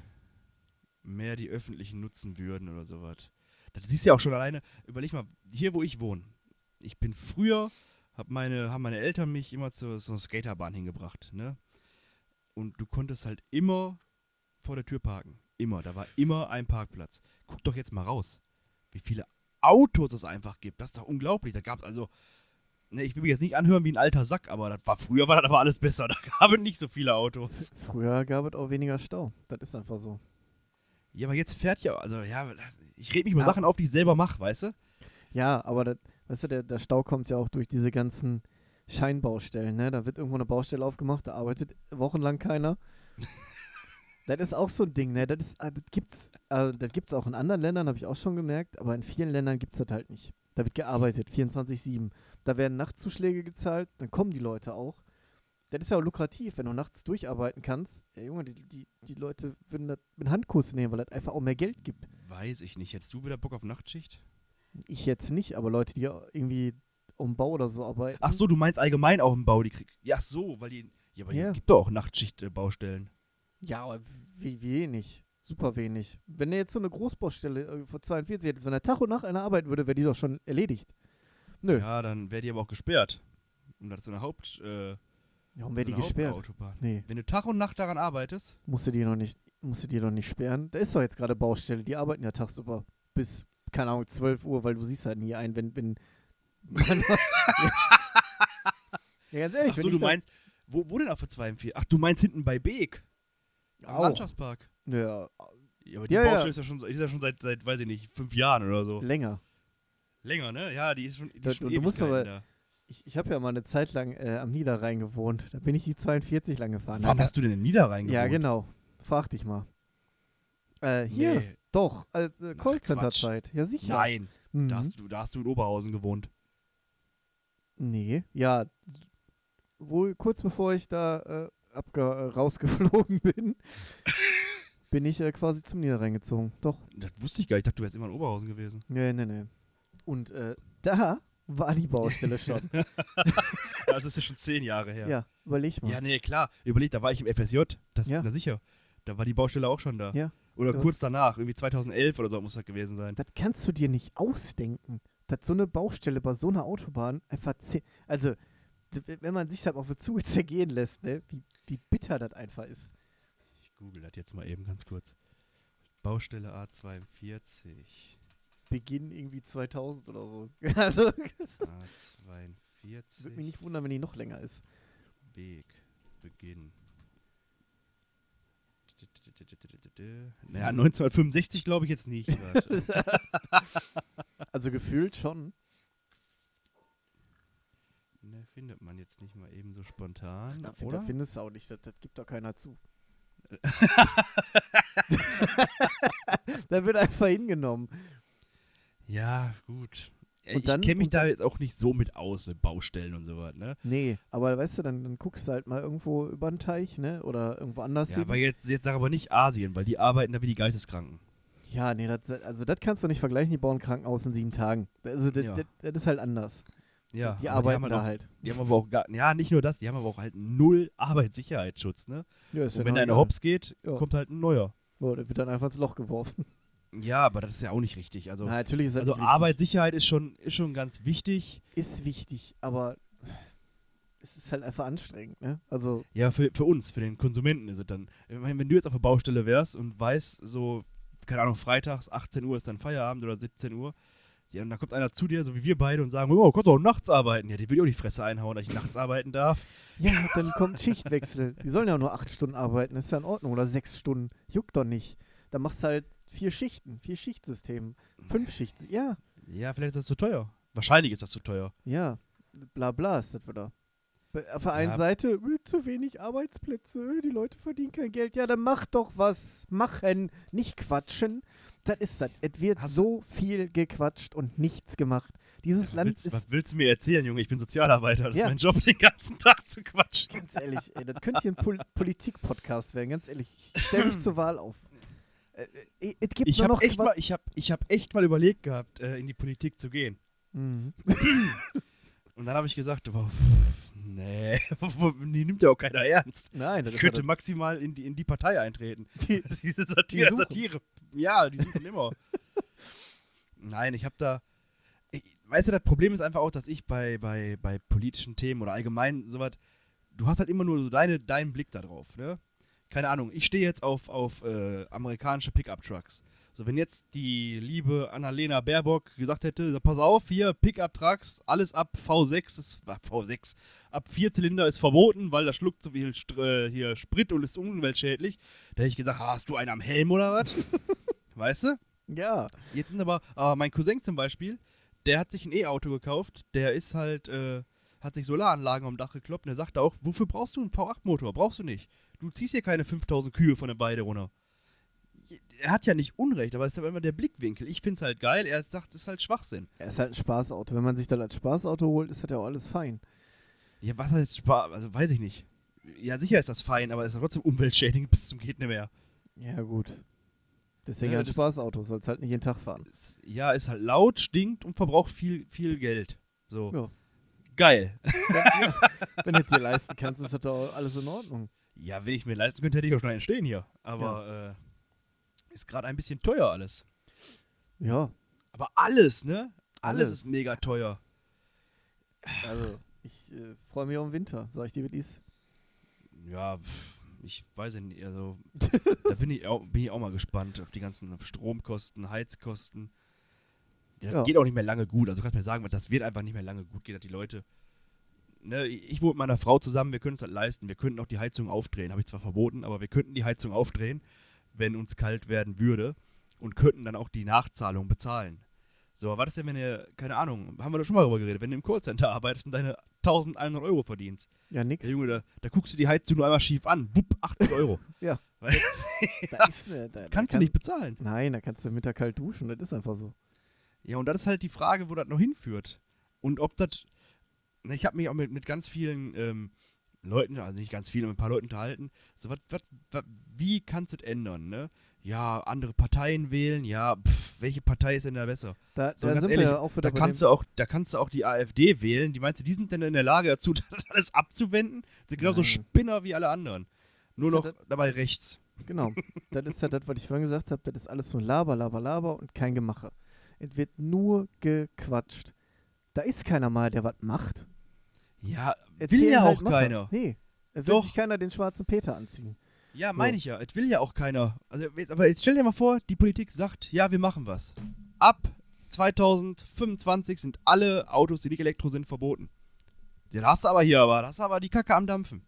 A: mehr die öffentlichen nutzen würden oder sowas. Das siehst du ja auch schon alleine. Überleg mal, hier wo ich wohne. Ich bin früher, hab meine, haben meine Eltern mich immer zur, zur Skaterbahn hingebracht, ne? Und du konntest halt immer vor der Tür parken. Immer. Da war immer ein Parkplatz. Guck doch jetzt mal raus, wie viele Autos es einfach gibt. Das ist doch unglaublich. Da gab es also, ne, ich will mich jetzt nicht anhören wie ein alter Sack, aber das war früher war das aber alles besser. Da gab es nicht so viele Autos.
B: Früher gab es auch weniger Stau. Das ist einfach so.
A: Ja, aber jetzt fährt ja, also ja, das- ich rede mich über
B: Ja.
A: Sachen auf, die ich selber mache, weißt du?
B: Ja, aber das, weißt du, der, der Stau kommt ja auch durch diese ganzen Scheinbaustellen, ne? Da wird irgendwo eine Baustelle aufgemacht, da arbeitet wochenlang keiner. das ist auch so ein Ding, ne? Das, ist, ah, das gibt's, äh, das gibt's auch in anderen Ländern, habe ich auch schon gemerkt, aber in vielen Ländern gibt's das halt nicht. Da wird gearbeitet, 24-7. Da werden Nachtzuschläge gezahlt, dann kommen die Leute auch. Das ist ja auch lukrativ, wenn du nachts durcharbeiten kannst. Ja, Junge, die, die, die Leute würden das mit Handkuss nehmen, weil das einfach auch mehr Geld gibt.
A: Weiß ich nicht. Hättest du wieder Bock auf Nachtschicht?
B: Ich jetzt nicht, aber Leute, die irgendwie um Bau oder so arbeiten.
A: Ach so, du meinst allgemein auf dem Bau, die krieg. Ja, ach so, weil die. Ja, aber
B: Ja.
A: hier gibt doch auch Nachtschicht-Baustellen.
B: Ja, aber wie wenig. Super wenig. Wenn er jetzt so eine Großbaustelle äh, vor 42 hättest, wenn er Tag und Nacht einer arbeiten würde, wäre die doch schon erledigt. Nö.
A: Ja, dann wäre die aber auch gesperrt. Und das ist so eine Haupt. Äh,
B: Warum wäre
A: so
B: die
A: eine
B: gesperrt?
A: Hauptautobahn.
B: Nee,
A: Wenn du Tag und Nacht daran arbeitest,
B: musst du die noch nicht, musst du die noch nicht sperren. Da ist doch jetzt gerade Baustelle, die arbeiten ja tagsüber bis, keine Ahnung, 12 Uhr, weil du siehst halt nie ein, wenn, wenn. ja, ganz ehrlich,
A: Ach so,
B: wenn
A: du
B: ich da-
A: meinst, wo, wo denn auf der 42? Ach, du meinst hinten bei Beek, am
B: Auch.
A: Landschaftspark.
B: Ja,
A: Ja, aber die
B: Ja, ja.
A: Baustelle Ist, ja schon, so- ist ja schon seit, seit, weiß ich nicht, fünf Jahren oder so.
B: länger.
A: Länger, ne? Ja, die ist schon, die
B: Da-
A: ist schon
B: du musst aber-
A: Ewigkeiten da.
B: Ich, ich habe ja mal eine Zeit lang äh, am Niederrhein gewohnt. Da bin ich die 42 lang gefahren.
A: Wann hast du denn in Niederrhein
B: Ja,
A: gewohnt?
B: genau. Frag dich mal. Äh, hier,
A: Nee.
B: doch, als äh,
A: Ach,
B: Callcenter-Zeit. Ja, sicher.
A: Nein,
B: Mhm.
A: da, hast du, da hast du in Oberhausen gewohnt.
B: Nee, ja. Wohl kurz bevor ich da äh, abge äh, rausgeflogen bin, bin ich äh, quasi zum Niederrhein gezogen. Doch.
A: Das wusste ich gar nicht. Ich dachte, du wärst immer in Oberhausen gewesen.
B: Nee, nee, nee. Und äh, da war die Baustelle schon.
A: Das ist ja schon zehn Jahre her.
B: ja. überleg mal.
A: Ja, nee, klar. Überleg, da war ich im FSJ. Das
B: Ja.
A: na sicher. Da war die Baustelle auch schon da.
B: Ja.
A: Oder
B: Ja.
A: kurz danach, irgendwie 2011 oder so muss das gewesen sein.
B: Das kannst du dir nicht ausdenken, dass so eine Baustelle bei so einer Autobahn einfach zehn, also d- wenn man sich das auf der Zunge zergehen lässt, ne, wie, wie bitter das einfach ist.
A: Ich google das jetzt mal eben ganz kurz. Baustelle A42.
B: Beginn irgendwie 2000 oder so. Also es würde
A: A42.
B: mich nicht wundern, wenn die noch länger ist.
A: Weg. Beginn. Naja, 1965 glaube ich jetzt nicht. Warte.
B: Also gefühlt schon.
A: ne, findet man jetzt nicht mal eben so spontan.
B: Da, da
A: oder?
B: findest du auch nicht, das, das gibt doch keiner zu. da wird einfach hingenommen.
A: Ja, gut. Ja,
B: Und
A: ich
B: dann-
A: kenne mich
B: und
A: da jetzt auch nicht so mit aus, mit Baustellen und sowas, ne?
B: Nee, aber weißt du, dann, dann guckst du halt mal irgendwo über den Teich, ne? Oder irgendwo anders
A: Ja,
B: hin.
A: aber jetzt, jetzt sag aber nicht Asien, weil die arbeiten da wie die Geisteskranken.
B: Ja, nee, das, also das kannst du nicht vergleichen, die bauen ein Krankenhaus in sieben Tagen. Also das,
A: Ja.
B: das, das ist halt anders.
A: Ja,
B: die
A: aber
B: arbeiten
A: die haben
B: da
A: auch,
B: halt.
A: Die haben aber auch gar, ja, nicht nur das, die haben aber auch halt null Arbeitssicherheitsschutz, ne?
B: Ja, ist ja
A: Und wenn
B: noch
A: da einer
B: egal.
A: hops geht,
B: Genau. Ja.
A: kommt halt ein neuer.
B: Ja, der wird dann einfach ins Loch geworfen.
A: Ja, aber das ist ja auch nicht richtig. Also,
B: Na, natürlich ist das
A: also
B: nicht richtig.
A: Arbeitssicherheit ist schon, ist schon ganz wichtig.
B: ist wichtig, aber es ist halt einfach anstrengend, ne? Also,
A: Ja, für, für uns, für den Konsumenten ist es dann. Ich meine, wenn du jetzt auf der Baustelle wärst und weißt, so, keine Ahnung, freitags 18 Uhr ist dann Feierabend oder 17 Uhr, ja, und dann kommt einer zu dir, so wie wir beide, und sagen, oh, kannst du auch nachts arbeiten. Ja, die will ich auch die Fresse einhauen, dass ich nachts arbeiten darf.
B: ja, dann kommt Schichtwechsel. Die sollen ja nur acht Stunden arbeiten, ist ja in Ordnung. Oder sechs Stunden, juckt doch nicht. Dann machst du halt vier Schichten, vier Schichtsystem, fünf Schichten, ja,
A: Ja, vielleicht ist das zu teuer. Wahrscheinlich ist das zu teuer.
B: Ja, bla bla ist das wieder. Be- Auf der einen
A: Ja.
B: Seite, äh, zu wenig Arbeitsplätze, äh, die Leute verdienen kein Geld. Ja, dann mach doch was. Machen, nicht quatschen. Das ist das. Es wird
A: Hast-
B: so viel gequatscht und nichts gemacht. Dieses
A: Was
B: Land
A: willst,
B: ist,
A: was willst du mir erzählen, Junge? Ich bin Sozialarbeiter. Das
B: Ja.
A: ist mein Job, den ganzen Tag zu quatschen.
B: ganz ehrlich, ey, das könnte hier ein Pol Politik-Podcast werden, ganz ehrlich. Ich stelle mich zur Wahl auf. Äh, äh, Es gibt
A: Ich
B: nur
A: habe
B: noch
A: echt,
B: Quat-
A: mal- ich hab, ich hab echt mal überlegt gehabt, äh, in die Politik zu gehen.
B: Mhm.
A: Und dann habe ich gesagt, boah, pff, nee, die nimmt ja auch keiner ernst.
B: Nein, das
A: Ich
B: ist ja
A: könnte maximal in die, in die Partei eintreten.
B: das- die,
A: Das ist diese Satire,
B: suchen.
A: Satire. Ja, die suchen immer. Nein, ich habe da. Ich, weißt du, das Problem ist einfach auch, dass ich bei, bei, bei politischen Themen oder allgemein sowas, du hast halt immer nur so deine, deinen Blick da drauf, ne? Keine Ahnung, ich stehe jetzt auf, auf äh, amerikanische Pickup-Trucks. So, wenn jetzt die liebe Annalena Baerbock gesagt hätte, so, pass auf, hier Pickup-Trucks, alles ab V6 ist, ab V6, ab Vierzylinder ist verboten, weil das schluckt so viel Str äh, hier Sprit und ist umweltschädlich, da hätte ich gesagt, hast du einen am Helm oder was? weißt du?
B: Ja.
A: Jetzt sind aber, aber mein Cousin zum Beispiel, der hat sich ein E-Auto gekauft, der ist halt, äh, hat sich Solaranlagen am Dach gekloppt und der sagte auch, wofür brauchst du einen V8-Motor? Brauchst du nicht. Du ziehst hier keine 5000 Kühe von der Weide runter. Er hat ja nicht Unrecht, aber es ist aber immer der Blickwinkel. Ich finde es halt geil, er sagt, es ist halt Schwachsinn.
B: Es ist halt ein Spaßauto. Wenn man sich dann als Spaßauto holt, ist das ja auch alles fein.
A: Ja, was heißt Spaß? Also weiß ich nicht. Ja, sicher ist das fein, aber es ist trotzdem umweltschädigend bis zum geht nicht mehr.
B: Ja, gut. Deswegen
A: Ja,
B: halt
A: das-
B: Spaßauto, sollst halt nicht jeden Tag fahren.
A: Es- Ja, ist halt laut, stinkt und verbraucht viel, viel Geld. So.
B: Ja.
A: Geil.
B: Wenn du es dir leisten kannst, ist das doch alles in Ordnung.
A: Ja, wenn ich mir leisten könnte, hätte ich auch schon einen stehen hier. Aber äh, ist gerade ein bisschen teuer alles.
B: Ja,
A: Aber alles, ne? Alles,
B: Alles.
A: ist mega teuer.
B: also ich äh, freue mich auf den Winter, sag ich dir, wie die ist.
A: Ja, pff, ich weiß ja nicht. Also, da bin ich, auch, bin ich auch mal gespannt auf die ganzen Stromkosten, Heizkosten. Das
B: Ja.
A: geht auch nicht mehr lange gut. Also, du kannst mir sagen, das wird einfach nicht mehr lange gut gehen, dass die Leute. Ne, ich wohne mit meiner Frau zusammen, wir können uns das leisten. Wir könnten auch die Heizung aufdrehen. Habe ich zwar verboten, aber wir könnten die Heizung aufdrehen, wenn uns kalt werden würde. Und könnten dann auch die Nachzahlung bezahlen. So, aber was ist denn, wenn ihr, keine Ahnung, haben wir da schon mal drüber geredet, wenn du im Callcenter arbeitest und deine 1100 Euro verdienst?
B: Ja, nix.
A: Ja, Junge, da, da guckst du die Heizung nur einmal schief an. Wupp, 80 Euro.
B: Ja.
A: Weißt
B: Da ist ne, da, da
A: du, kannst du
B: kann-
A: nicht bezahlen.
B: Nein, da kannst du Mittag kalt duschen, das ist einfach so.
A: Ja, und das ist halt die Frage, wo das noch hinführt. Und ob das. Na, Ich habe mich auch mit, mit ganz vielen ähm, Leuten, also nicht ganz vielen, aber mit ein paar Leuten unterhalten. So, wat, wat, wat, wie kannst du das ändern, ne? Ja, andere Parteien wählen, ja, pff, welche Partei ist denn da besser?
B: Da,
A: So,
B: da
A: ganz
B: sind
A: ehrlich,
B: wir ja auch wieder
A: Da
B: bei
A: kannst,
B: dem,
A: du auch, da kannst du auch die AfD wählen. Die meinst du, die sind denn in der Lage dazu, das alles abzuwenden? Sind genauso
B: Nein.
A: Spinner wie alle anderen. Nur
B: Ist ja
A: noch dabei rechts.
B: Genau, das ist ja das, was ich vorhin gesagt habe, das ist alles so Laber, Laber, Laber und kein Gemache. Es wird nur gequatscht. Da ist keiner mal, der was macht.
A: Ja,
B: Es
A: will
B: fehlen
A: ja
B: halt
A: auch
B: Macher.
A: keiner.
B: Nee, es will
A: Doch.
B: sich keiner den schwarzen Peter anziehen.
A: Ja, meine ich ja. Es will ja auch keiner. Also, jetzt- aber jetzt stell dir mal vor, die Politik sagt, ja, wir machen was. Ab 2025 sind alle Autos, die nicht Elektro sind, verboten. Ja, da hast du aber hier, aber da hast du aber die Kacke am Dampfen.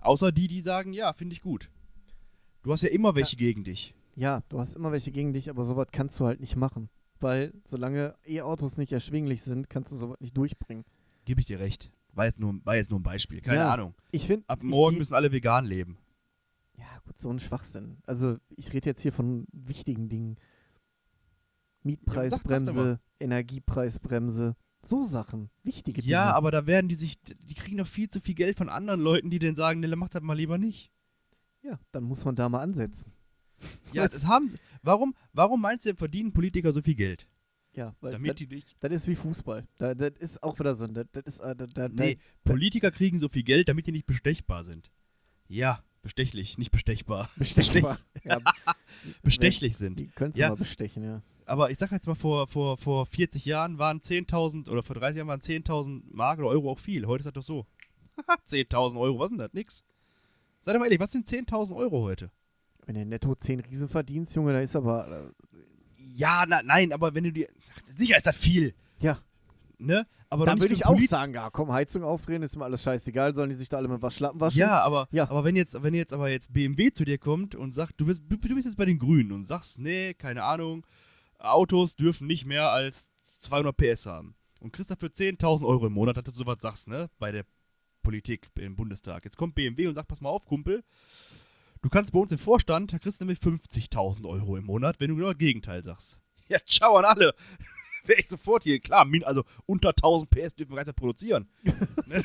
A: Außer die, die sagen, ja, finde ich gut. Du hast ja immer welche gegen dich.
B: Ja, du hast immer welche gegen dich, aber sowas kannst du halt nicht machen. Weil solange E-Autos nicht erschwinglich sind, kannst du sowas nicht durchbringen.
A: Gebe ich dir recht. War jetzt nur, war jetzt nur ein Beispiel. Keine
B: Ja.
A: Ahnung.
B: Ich finde.
A: Ab morgen müssen alle vegan leben.
B: Ja, gut, so ein Schwachsinn. Also, ich rede jetzt hier von wichtigen Dingen: Mietpreisbremse,
A: sag doch
B: Energiepreisbremse, so Sachen. Wichtige Dinge.
A: Ja, aber da werden die sich, die kriegen doch viel zu viel Geld von anderen Leuten, die denen sagen, ne, mach das mal lieber nicht.
B: Ja, dann muss man da mal ansetzen.
A: Ja,
B: Was?
A: das haben sie. Warum, warum meinst du, verdienen Politiker so viel Geld?
B: Ja, weil
A: Damit
B: das,
A: die nicht.
B: das ist wie Fußball. Da, das ist auch wieder so. ein- Das, das ist, äh, da, da,
A: Nee, Politiker kriegen so viel Geld, damit die nicht bestechbar sind. Ja, bestechlich, nicht bestechbar.
B: da bestechbar. Ja,
A: Bestechlich sind.
B: die können es
A: Ja.
B: mal bestechen, ja.
A: Aber ich sag jetzt mal, vor, vor, vor 40 Jahren waren 10.000 oder vor 30 Jahren waren 10.000 Mark oder Euro auch viel. Heute ist das doch so. 10.000 Euro, was ist denn das? Nix. Seid doch mal ehrlich, was sind 10.000 Euro heute?
B: Wenn du netto 10 Riesen verdienst, Junge, da ist aber. Äh,
A: Ja, na, nein, aber wenn du dir. Ach, Sicher ist das viel,
B: ja,
A: ne? Aber doch
B: dann
A: nicht
B: würde
A: für
B: ich
A: einen
B: auch
A: Polit-
B: sagen, ja, komm, Heizung aufdrehen, ist mir alles scheißegal, sollen die sich da alle mit Waschlappen waschen?
A: Ja, aber,
B: Ja.
A: aber wenn jetzt, wenn jetzt aber jetzt BMW zu dir kommt und sagt, du bist, du bist jetzt bei den Grünen und sagst, nee, keine Ahnung, Autos dürfen nicht mehr als 200 PS haben. Und kriegst dafür 10.000 Euro im Monat, dass du sowas sagst, ne, bei der Politik im Bundestag. Jetzt kommt BMW und sagt, pass mal auf, Kumpel, du kannst bei uns im Vorstand, da kriegst du nämlich 50.000 Euro im Monat, wenn du genau das Gegenteil sagst. Ja, ciao an alle. Wäre ich sofort hier, klar, min- also unter 1000 PS dürfen wir gar nicht mehr produzieren. Ne?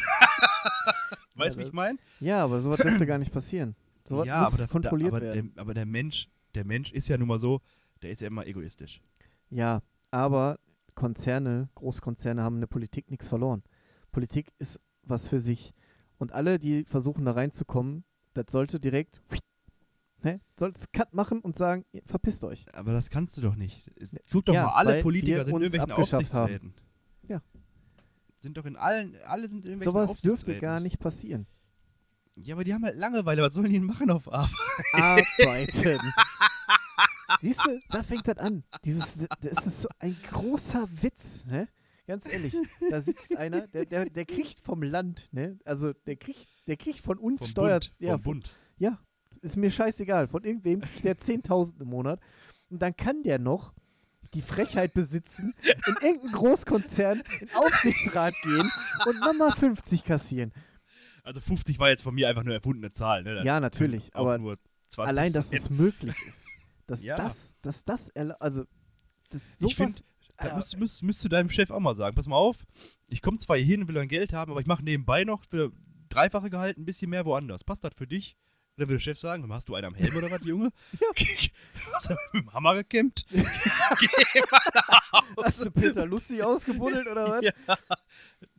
A: weißt du, wie ich meine?
B: Ja, aber sowas dürfte gar nicht passieren. Sowas
A: ja,
B: muss
A: aber, der,
B: kontrolliert
A: aber,
B: werden.
A: Der, aber der Mensch, der Mensch ist ja nun mal so, der ist ja immer egoistisch.
B: Ja, aber Konzerne, Großkonzerne haben in der Politik nichts verloren. Politik ist was für sich. Und alle, die versuchen da reinzukommen, das sollte direkt, ne, sollst Cut machen und sagen, ihr verpisst euch.
A: Aber das kannst du doch nicht. Es, guck doch
B: Ja,
A: mal, alle
B: weil wir
A: Politiker sind in
B: uns
A: irgendwelchen
B: abgeschafft
A: Aufsichtsräten.
B: Ja.
A: Sind doch in allen, alle sind in irgendwelchen
B: Sowas
A: Aufsichtsräten.
B: dürfte gar nicht passieren.
A: Ja, aber die haben halt Langeweile, was sollen die denn machen auf Arbeit?
B: Arbeiten. Siehst du, da fängt das an. Dieses, das ist so ein großer Witz, ne? Ganz ehrlich, da sitzt einer, der, der, der kriegt vom Land, ne? Also der kriegt, der kriegt von uns
A: Vom
B: steuert,
A: Bund,
B: ja,
A: vom Bund.
B: Ja, ist mir scheißegal. Von irgendwem kriegt der 10.000 im Monat Und dann kann der noch die Frechheit besitzen, in irgendeinen Großkonzern in Aufsichtsrat gehen und nochmal 50 kassieren.
A: Also 50 war jetzt von mir einfach nur erfundene Zahl. Ne?
B: Ja, natürlich,
A: Auch
B: aber
A: nur 20
B: allein, dass
A: Cent.
B: das möglich ist. Dass
A: Ja.
B: das, dass das, erla- also, das
A: Ich
B: sowas-
A: find, Da
B: Ah, Ja.
A: müsst, müsst, müsst du deinem Chef auch mal sagen, pass mal auf, ich komme zwar hierhin und will dein Geld haben, aber ich mache nebenbei noch für dreifache Gehalt ein bisschen mehr woanders. Passt das für dich? Und dann würde der Chef sagen, hast du einen am Helm oder was, Junge?
B: Ja.
A: Hast du mit dem Hammer Also gekämmt?
B: Hast du Peter lustig ausgebuddelt oder was?
A: Ja.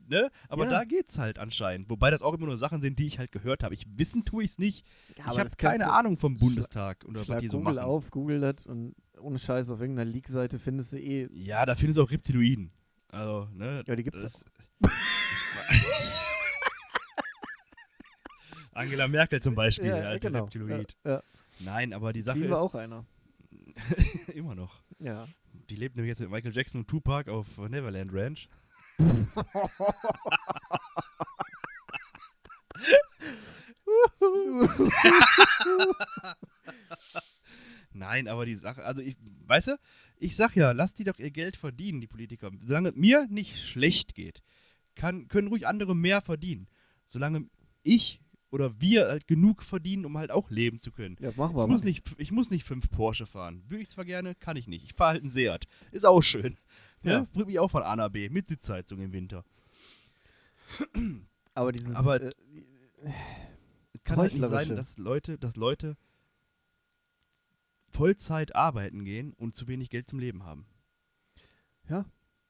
A: Ne? Aber
B: Ja.
A: da geht's halt anscheinend. Wobei das auch immer nur Sachen sind, die ich halt gehört habe. Ich wissen tue ich's nicht.
B: Ja,
A: ich
B: aber
A: habe
B: das kannst
A: keine
B: du-
A: Ahnung vom Bundestag oder was
B: Schlag
A: die so
B: Google
A: machen.
B: auf, Google das und ohne Scheiß auf irgendeiner Leak-Seite findest du eh.
A: Ja, da findest du auch Reptiloiden. Also, ne?
B: Ja, die gibt's
A: das- Angela Merkel zum Beispiel, der alte Reptiloid.
B: Ja, genau. ja.
A: Nein, aber die Sache
B: Die
A: ist
B: war auch einer.
A: immer noch.
B: Ja.
A: Die lebt nämlich jetzt mit Michael Jackson und Tupac auf äh, Neverland Ranch. Nein, aber die Sache, also ich, weißt du, ich sag ja, lass die doch ihr Geld verdienen, die Politiker. Solange es mir nicht schlecht geht, kann, können ruhig andere mehr verdienen. Solange ich oder wir halt genug verdienen, um halt auch leben zu können.
B: ja, machen wir
A: Ich
B: mal.
A: muss, nicht, ich muss nicht fünf Porsche fahren. Würde ich zwar gerne, kann ich nicht. Ich fahre halt einen Seat. Ist auch schön. Ne?
B: Ja.
A: Bringt mich auch von A nach B. Mit Sitzheizung im Winter.
B: Aber dieses.
A: Aber-
B: äh,
A: Es kann halt nicht sein,
B: Heuchlerische.
A: dass Leute, dass Leute Vollzeit arbeiten gehen und zu wenig Geld zum Leben haben.
B: Ja.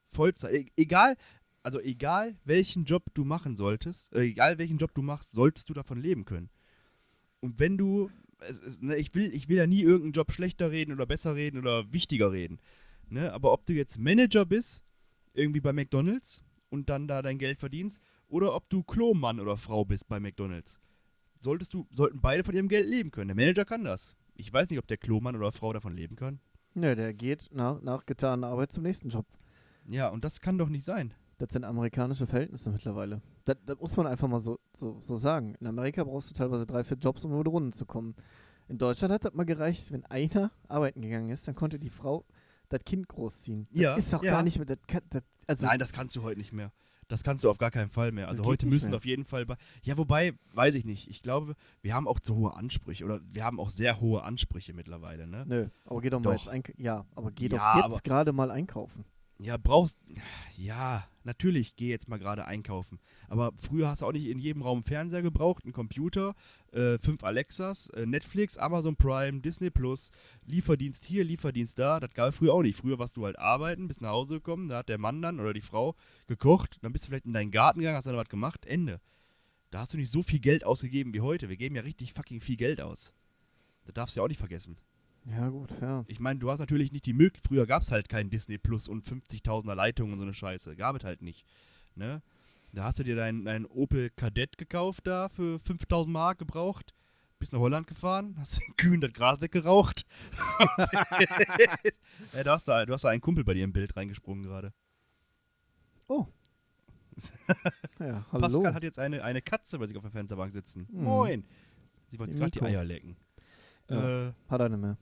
A: Vollzeit. E egal, also egal welchen Job du machen solltest, äh, egal welchen Job du machst, sollst du davon leben können. Und wenn du, es, es, ne, ich, will, ich will ja nie irgendeinen Job schlechter reden oder besser reden oder wichtiger reden. Ne? Aber ob du jetzt Manager bist, irgendwie bei McDonalds und dann da dein Geld verdienst, oder ob du Klomann oder Frau bist bei McDonalds, solltest du, sollten beide von ihrem Geld leben können. Der Manager kann das. Ich weiß nicht, ob der Klomann oder Frau davon leben kann.
B: nö, der geht nach, nach getaner Arbeit zum nächsten Job.
A: Ja, und das kann doch nicht sein.
B: Das sind amerikanische Verhältnisse mittlerweile. Das, das muss man einfach mal so, so, so sagen. In Amerika brauchst du teilweise drei, vier Jobs, um über die Runden zu kommen. In Deutschland hat das mal gereicht, wenn einer arbeiten gegangen ist, dann konnte die Frau das Kind großziehen.
A: Ja,
B: Ist doch
A: ja.
B: gar nicht mit. Das, kann- das, also
A: Nein, das kannst du heute nicht mehr. Das kannst du auf gar keinen Fall mehr.
B: Das
A: Also
B: geht
A: heute
B: nicht
A: müssen
B: mehr.
A: auf jeden Fall. bei- Ja, wobei, weiß ich nicht. Ich glaube, wir haben auch zu hohe Ansprüche oder wir haben auch sehr hohe Ansprüche mittlerweile. Ne?
B: Nö, aber geh doch,
A: Doch.
B: mal jetzt einkaufen. Ja, aber geh
A: Ja,
B: doch
A: aber-
B: jetzt gerade mal einkaufen.
A: Ja, brauchst. Ja, natürlich, geh jetzt mal gerade einkaufen. Aber früher hast du auch nicht in jedem Raum einen Fernseher gebraucht, einen Computer, äh, fünf Alexas, äh, Netflix, Amazon Prime, Disney Plus, Lieferdienst hier, Lieferdienst da. Das gab früher auch nicht. Früher warst du halt arbeiten, bist nach Hause gekommen, da hat der Mann dann oder die Frau gekocht, dann bist du vielleicht in deinen Garten gegangen, hast dann was gemacht, Ende. Da hast du nicht so viel Geld ausgegeben wie heute. Wir geben ja richtig fucking viel Geld aus. Das darfst du ja auch nicht vergessen.
B: Ja, gut, ja.
A: Ich meine, du hast natürlich nicht die Möglichkeit. Früher gab es halt keinen Disney Plus und 50.000er Leitungen und so eine Scheiße. Gab es halt nicht. Ne? Da hast du dir deinen deinen Opel Kadett gekauft da für 5.000 Mark gebraucht. Bist nach Holland gefahren, hast den Kühen das Gras weggeraucht. ja, du, hast da, du hast da einen Kumpel bei dir im Bild reingesprungen gerade.
B: Oh. ja, hallo.
A: Pascal hat jetzt eine, eine Katze bei sich auf der Fensterbank sitzen.
B: Mhm.
A: Moin. Sie wollte
B: Die
A: gerade die
B: Miko.
A: Eier lecken.
B: Ja.
A: Äh,
B: Hat er nicht mehr.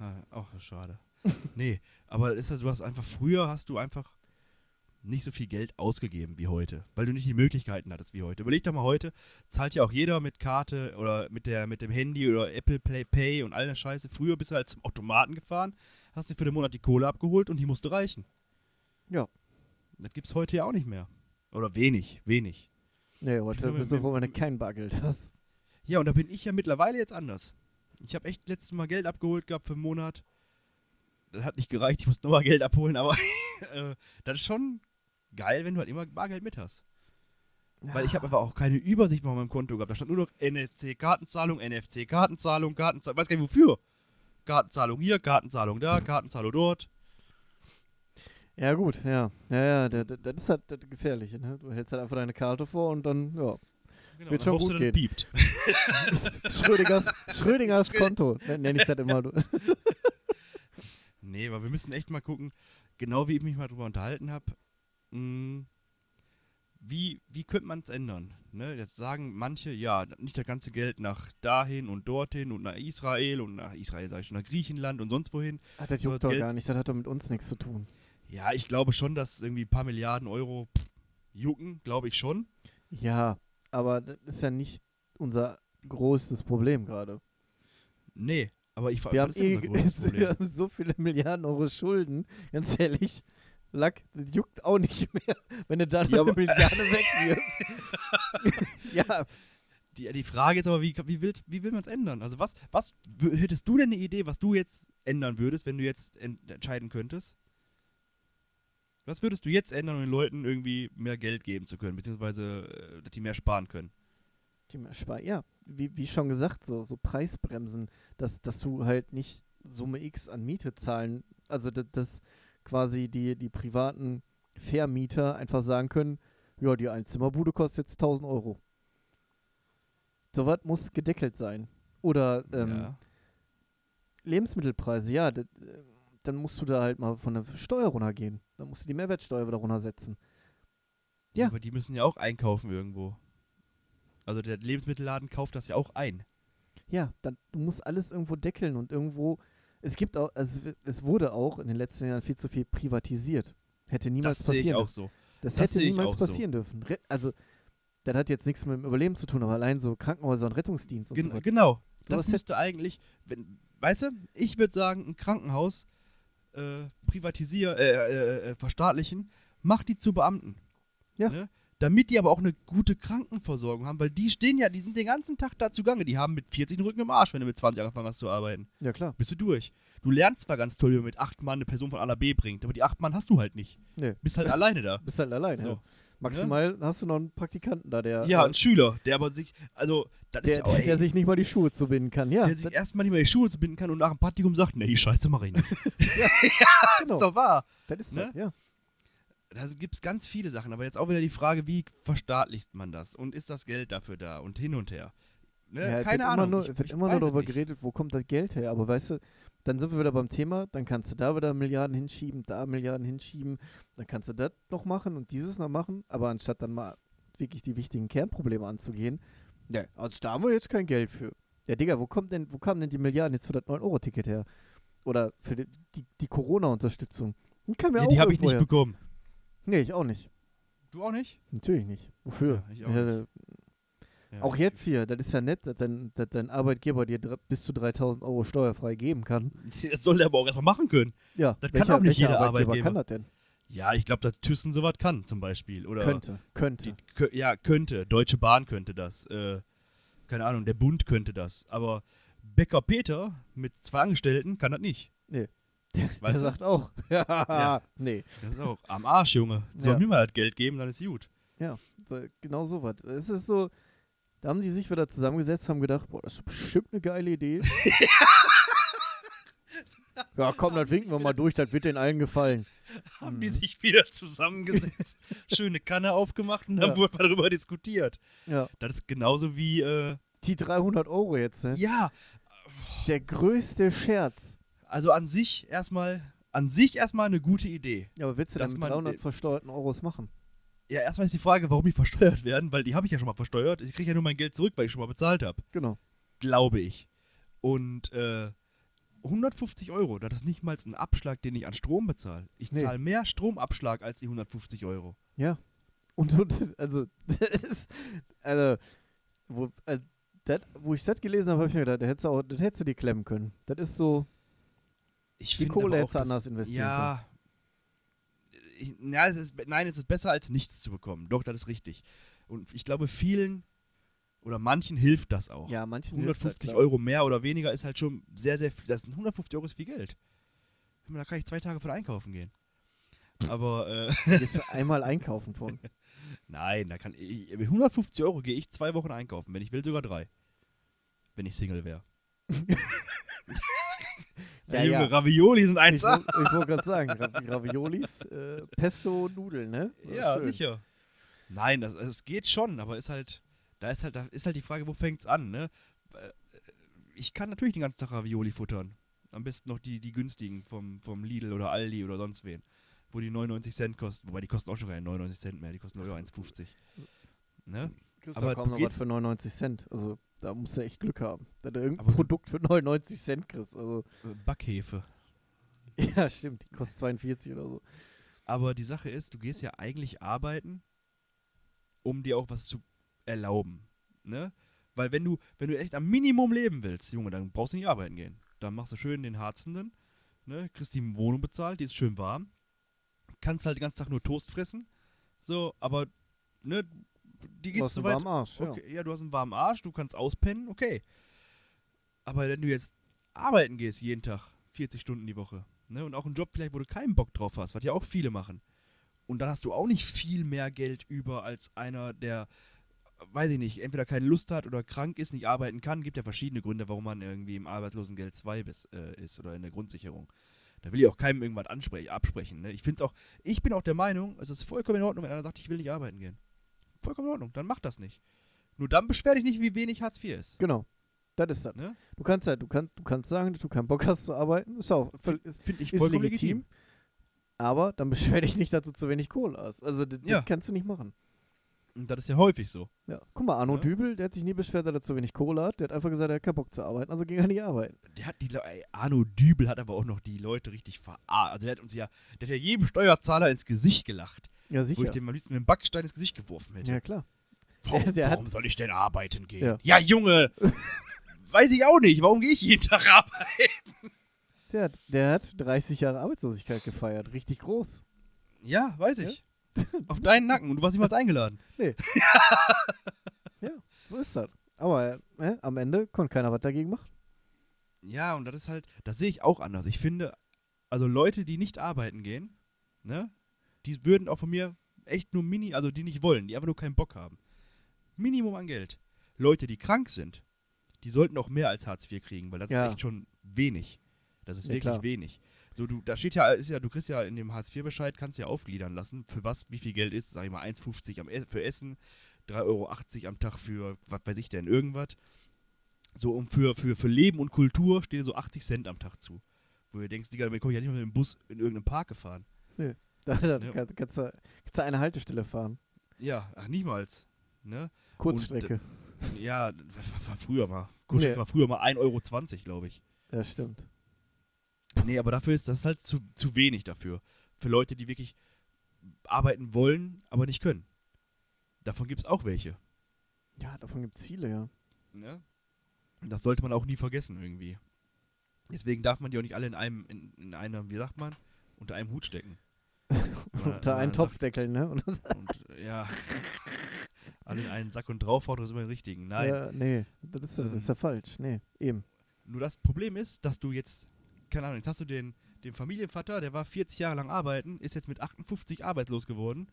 A: Ah, Auch schade. nee, aber ist das, du hast einfach, früher hast du einfach nicht so viel Geld ausgegeben wie heute, weil du nicht die Möglichkeiten hattest wie heute. Überleg doch mal heute, zahlt ja auch jeder mit Karte oder mit, der, mit dem Handy oder Apple Play Pay und all der Scheiße. Früher bist du halt zum Automaten gefahren, hast dir für den Monat die Kohle abgeholt und die musste reichen.
B: Ja.
A: Das gibt's heute ja auch nicht mehr. Oder wenig, wenig.
B: Nee,
A: bin
B: heute
A: nur
B: bist
A: mit-
B: du froh, wenn du kein Bargeld hast.
A: Ja, und da bin ich ja mittlerweile jetzt anders. Ich habe echt letztes Mal Geld abgeholt gehabt für einen Monat. Das hat nicht gereicht, ich musste nochmal Geld abholen, aber äh, das ist schon geil, wenn du halt immer Bargeld mit hast. Weil ich habe einfach auch keine Übersicht mehr auf meinem Konto gehabt. Da stand nur noch NFC-Kartenzahlung, NFC-Kartenzahlung, Kartenzahlung. Weiß gar nicht wofür. Kartenzahlung hier, Kartenzahlung da, Kartenzahlung dort.
B: Ja, gut, ja. Ja, ja, das, das ist halt das Gefährliche, ne? Du hältst halt einfach deine Karte vor und dann, ja.
A: Genau,
B: Wird
A: dann
B: schon
A: hoffst
B: gut
A: du, dass
B: gehen.
A: es piept.
B: Schrödingers, Schrödingers Konto, nenne ich das immer. Du.
A: Nee, aber wir müssen echt mal gucken, genau wie ich mich mal drüber unterhalten habe, hm, wie, wie könnte man es ändern? Ne? Jetzt sagen manche, ja, nicht das ganze Geld nach dahin und dorthin und nach Israel und nach Israel, sage ich schon, nach Griechenland und sonst wohin.
B: Ach, das
A: So,
B: juckt doch
A: Geld-
B: gar nicht, das hat doch mit uns nichts zu tun.
A: Ja, ich glaube schon, dass irgendwie ein paar Milliarden Euro pff, jucken, glaube ich schon.
B: Ja, aber das ist ja nicht unser größtes Problem gerade.
A: Nee, aber ich frage,
B: Wir,
A: was ist
B: haben eh,
A: denn unser größtes
B: wir
A: Problem?
B: haben so viele Milliarden Euro Schulden, ganz ehrlich. Lack, das juckt auch nicht mehr, wenn du da noch
A: Ja,
B: eine
A: aber-
B: Milliarde wegwirfst. ja,
A: Die, die Frage ist aber, wie, wie, will, wie will man es ändern? Also was, was w- hättest du denn eine Idee, was du jetzt ändern würdest, wenn du jetzt en entscheiden könntest? Was würdest du jetzt ändern, um den Leuten irgendwie mehr Geld geben zu können, beziehungsweise äh, dass die mehr sparen können?
B: Die mehr Spar ja, wie, wie schon gesagt, so, so Preisbremsen, dass, dass du halt nicht Summe X an Miete zahlen, also dass, dass quasi die, die privaten Vermieter einfach sagen können, ja, die Einzimmerbude kostet jetzt 1000 Euro. Sowas muss gedeckelt sein. Oder ähm,
A: ja.
B: Lebensmittelpreise, ja, das, äh, dann musst du da halt mal von der Steuer runtergehen. Dann musst du die Mehrwertsteuer wieder runtersetzen. ja.
A: Aber die müssen ja auch einkaufen irgendwo. Also der Lebensmittelladen kauft das ja auch ein.
B: Ja, dann, du musst alles irgendwo deckeln und irgendwo. Es gibt auch, also es, w- es wurde auch in den letzten Jahren viel zu viel privatisiert. Hätte niemals
A: das sehe
B: passieren
A: ich auch so.
B: dürfen. Das,
A: das sehe
B: hätte
A: ich
B: niemals
A: auch so.
B: passieren dürfen. Re also, das hat jetzt nichts mit dem Überleben zu tun, aber allein so Krankenhäuser und Rettungsdienst und
A: Gen
B: so weiter.
A: Genau.
B: Sowas
A: Das
B: hätte-
A: müsste eigentlich, wenn, weißt du, ich würde sagen, ein Krankenhaus äh, privatisieren, äh, äh, äh, verstaatlichen, mach die zu Beamten.
B: Ja.
A: Ne? Damit die aber auch eine gute Krankenversorgung haben, weil die stehen ja, die sind den ganzen Tag da zugange. Die haben mit 40 den Rücken im Arsch, wenn du mit 20 angefangen hast zu arbeiten.
B: Ja, klar.
A: Bist du durch. Du lernst zwar ganz toll, wie man mit acht Mann eine Person von A nach B bringt, aber die acht Mann hast du halt nicht.
B: Nee.
A: Bist halt alleine da.
B: Bist halt alleine.
A: So.
B: Ja. Maximal hast du noch einen Praktikanten da, der,
A: Ja,
B: äh,
A: ein Schüler, der aber sich, also, das ist
B: der,
A: ja auch, ey,
B: der sich nicht mal die Schuhe zubinden kann. Ja,
A: der sich erstmal nicht mehr in die Schuhe zu binden kann und nach dem Praktikum sagt, nee, die Scheiße mach ich nicht.
B: das,
A: Das
B: genau,
A: ist doch wahr.
B: das ist
A: ne?
B: das, ja.
A: Da gibt es ganz viele Sachen, aber jetzt auch wieder die Frage, wie verstaatlicht man das und ist das Geld dafür da und hin und her. Ne?
B: Ja, es
A: Keine
B: wird
A: Ahnung.
B: Immer nur,
A: ich,
B: es wird
A: ich
B: immer
A: weiß
B: nur
A: es
B: darüber
A: nicht.
B: geredet, wo kommt das Geld her. Aber weißt du, dann sind wir wieder beim Thema, dann kannst du da wieder Milliarden hinschieben, da Milliarden hinschieben, dann kannst du das noch machen und dieses noch machen. Aber anstatt dann mal wirklich die wichtigen Kernprobleme anzugehen, ne, also da haben wir jetzt kein Geld für. Ja, Digga, wo kommt denn, wo kamen denn die Milliarden jetzt für das 9-Euro-Ticket her? Oder für die, die, die Corona-Unterstützung? Die kam ja,
A: Ja,
B: auch
A: die habe ich
B: irgendwo
A: nicht
B: her.
A: bekommen.
B: Nee, ich auch nicht.
A: Du auch nicht?
B: Natürlich nicht. Wofür?
A: Ja, ich auch nicht. Ja.
B: Auch jetzt hier, das ist ja nett, dass dein, dass dein Arbeitgeber dir dr- bis zu 3000 Euro steuerfrei geben kann.
A: Das soll der aber auch erstmal machen können.
B: Ja,
A: Das kann
B: welcher-
A: auch nicht
B: welcher
A: jeder Arbeitgeber.
B: kann das denn?
A: Ja, ich glaube, dass Thyssen sowas kann zum Beispiel. Oder
B: Könnte, könnte.
A: Die, kö- ja, könnte. Deutsche Bahn könnte das. Äh, keine Ahnung, der Bund könnte das. Aber Bäcker Peter mit zwei Angestellten kann das nicht.
B: der der
A: weißt du?
B: sagt auch, ja, nee.
A: Das ist auch am Arsch, Junge. Soll
B: Ja.
A: mir mal das Geld geben, dann ist gut.
B: So, genau sowas. Es ist so, da haben die sich wieder zusammengesetzt, haben gedacht, boah, das ist bestimmt eine geile Idee. ja, komm, dann winken wir mal durch, das wird den allen gefallen.
A: Haben
B: Mhm.
A: die sich wieder zusammengesetzt, schöne Kanne aufgemacht und dann
B: Ja.
A: wurde darüber diskutiert.
B: Ja,
A: Das ist genauso wie, äh,
B: die 300 Euro jetzt, ne?
A: ja,
B: Der größte Scherz.
A: also an sich erstmal, an sich erstmal eine gute Idee.
B: Ja, aber willst du denn
A: Dass
B: mit
A: man-
B: 300 versteuerten Euros machen?
A: Ja, erstmal ist die Frage, warum die versteuert werden, weil die habe ich ja schon mal versteuert. Ich kriege ja nur mein Geld zurück, weil ich schon mal bezahlt habe.
B: Genau.
A: glaube ich. Und äh, 150 Euro, das ist nicht mal ein Abschlag, den ich an Strom bezahle. Ich
B: Nee.
A: zahle mehr Stromabschlag als die 150 Euro.
B: Ja. Und, und also, das ist, also, wo, äh, dat, wo ich das gelesen habe, habe ich mir gedacht, das hättest, du auch, das hättest du dir klemmen können. Das ist so,
A: Ich
B: Die
A: finde
B: Kohle
A: aber
B: hättest du
A: dass-
B: anders investieren
A: ja, ich, ja es ist, nein, es ist besser als nichts zu bekommen. Doch, das ist richtig. Und ich glaube, vielen oder manchen hilft das auch.
B: ja, manchen hilft das,
A: 150
B: glaub ich.
A: Euro mehr oder weniger ist halt schon sehr, sehr viel. Das sind 150 Euro ist viel Geld. Da kann ich zwei Tage von einkaufen gehen. Aber äh,
B: Da gehst du einmal einkaufen von.
A: Nein, da kann ich, mit 150 Euro gehe ich zwei Wochen einkaufen, wenn ich will sogar drei. Wenn ich Single wäre.
B: Ja,
A: Junge,
B: ja.
A: Ravioli sind
B: Ich,
A: eins.
B: wollt- ich wollte gerade sagen, Ra Raviolis, äh, Pesto, Nudeln, ne? War
A: Ja,
B: schön.
A: sicher. Nein, das, es geht schon, aber ist halt, da ist halt, da ist halt die Frage, wo fängt's an, ne? Äh, Ich kann natürlich den ganzen Tag Ravioli futtern. Am besten noch die, die günstigen vom, vom Lidl oder Aldi oder sonst wen. wo die 99 Cent kosten. Wobei die kosten auch schon keine 99 Cent mehr, die kosten nur 1,50. Ne?
B: Kriegst
A: Aber
B: aber kaum
A: du
B: noch was
A: gehst-
B: für 99 Cent. Also da musst du echt Glück haben, dass du irgendein
A: Aber du-
B: Produkt für 99 Cent kriegst. Also,
A: Äh, Backhefe.
B: ja, stimmt, die kostet 42 oder so.
A: Aber die Sache ist, du gehst ja eigentlich arbeiten, um dir auch was zu erlauben. Ne? Weil wenn du, wenn du echt am Minimum leben willst, Junge, dann brauchst du nicht arbeiten gehen. Dann machst du schön den Harzenden, ne? kriegst die Wohnung bezahlt, die ist schön warm. Kannst halt den ganzen Tag nur Toast fressen. So, aber ne, die
B: Du
A: geht's
B: hast
A: so
B: einen
A: weit.
B: warmen Arsch.
A: Okay, ja. du hast einen warmen Arsch, du kannst auspennen, okay. Aber wenn du jetzt arbeiten gehst jeden Tag, 40 Stunden die Woche, ne, und auch einen Job vielleicht, wo du keinen Bock drauf hast, was ja auch viele machen, und dann hast du auch nicht viel mehr Geld über als einer, der, weiß ich nicht, entweder keine Lust hat oder krank ist, nicht arbeiten kann, gibt ja verschiedene Gründe, warum man irgendwie im Arbeitslosengeld 2 bis, äh, ist oder in der Grundsicherung. Da will ich auch keinem irgendwas ansprechen, absprechen. Ne? Ich find's auch, ich bin auch der Meinung, es ist vollkommen in Ordnung, wenn einer sagt, ich will nicht arbeiten gehen. Vollkommen in Ordnung, dann mach das nicht. Nur dann beschwer dich nicht, wie wenig Hartz IV ist.
B: Ja. Genau. Das ist das.
A: Ne?
B: Du kannst halt, du kannst, du kannst sagen, dass du keinen Bock hast zu arbeiten. Ist auch völ- ist,
A: Finde ich
B: ist legitim. Aber dann beschwer dich nicht, dass du zu wenig Kohle hast. Also das,
A: Ja.
B: das kannst du nicht machen.
A: Und das ist ja häufig so.
B: Ja. Guck mal, Arno
A: Ja.
B: Dübel, der hat sich nie beschwert, dass er zu wenig Kohle hat. Der hat einfach gesagt, er hat keinen Bock zu arbeiten, also ging er nicht arbeiten.
A: Der hat die, Le- ey, Arno Dübel hat aber auch noch die Leute richtig verarscht. Also der hat uns ja, der hat ja jedem Steuerzahler ins Gesicht gelacht,
B: Ja,
A: wo ich
B: sicher.
A: dem am liebsten mit dem Backstein ins Gesicht geworfen hätte.
B: Ja, klar.
A: Warum,
B: der hat-
A: warum soll ich denn arbeiten gehen?
B: Ja.
A: Ja, Junge, weiß ich auch nicht. Warum gehe ich jeden Tag arbeiten?
B: Der hat, der hat 30 Jahre Arbeitslosigkeit gefeiert. Richtig groß.
A: Ja, weiß ich. Auf deinen Nacken und du warst niemals eingeladen.
B: So ist das. Aber äh, am Ende konnte keiner was dagegen machen.
A: Ja, und das ist halt, das sehe ich auch anders. Ich finde, also Leute, die nicht arbeiten gehen, ne, die würden auch von mir echt nur mini, also die nicht wollen, die einfach nur keinen Bock haben. Minimum an Geld. Leute, die krank sind, die sollten auch mehr als Hartz IV kriegen, weil das
B: Ja.
A: ist echt schon wenig. Das ist
B: Ja,
A: wirklich
B: klar.
A: wenig. So, du, da steht ja, ist ja, du kriegst ja in dem Hartz-IV-Bescheid, kannst ja aufgliedern lassen, für was, wie viel Geld ist, sag ich mal, 1,50 am E- für Essen, 3,80 Euro am Tag für, was weiß ich denn, irgendwas. So, und für, für, für Leben und Kultur stehen so 80 Cent am Tag zu. Wo du denkst, Digga, damit komm ich ja nicht mal mit dem Bus in irgendeinem Park gefahren.
B: Da, da
A: Ja.
B: kann, kannst, du, kannst du eine Haltestelle fahren.
A: Ja, ach, niemals. Ne?
B: Kurzstrecke.
A: Ja, war, war früher mal. Kurzstrecke
B: Nee.
A: war früher mal 1,20 Euro, glaube ich.
B: Ja, stimmt.
A: Nee, aber dafür ist das ist halt zu, zu wenig dafür. Für Leute, die wirklich arbeiten wollen, aber nicht können. Davon gibt es auch welche.
B: Ja, davon gibt es viele, ja.
A: Ne? Das sollte man auch nie vergessen irgendwie. Deswegen darf man die auch nicht alle in einem, in, in einem, wie sagt man, unter einem Hut stecken. Oder-
B: Unter einen
A: oder-
B: Topfdeckel, ne? Und,
A: Und ja, alle in einen Sack und draufhaut, das ist immer den richtigen. Nein.
B: Ja, äh, nee, das ist, ja- das ist ja falsch. Nee, eben.
A: Nur das Problem ist, dass du jetzt, keine Ahnung, jetzt hast du den, den Familienvater, der war 40 Jahre lang arbeiten, ist jetzt mit 58 arbeitslos geworden.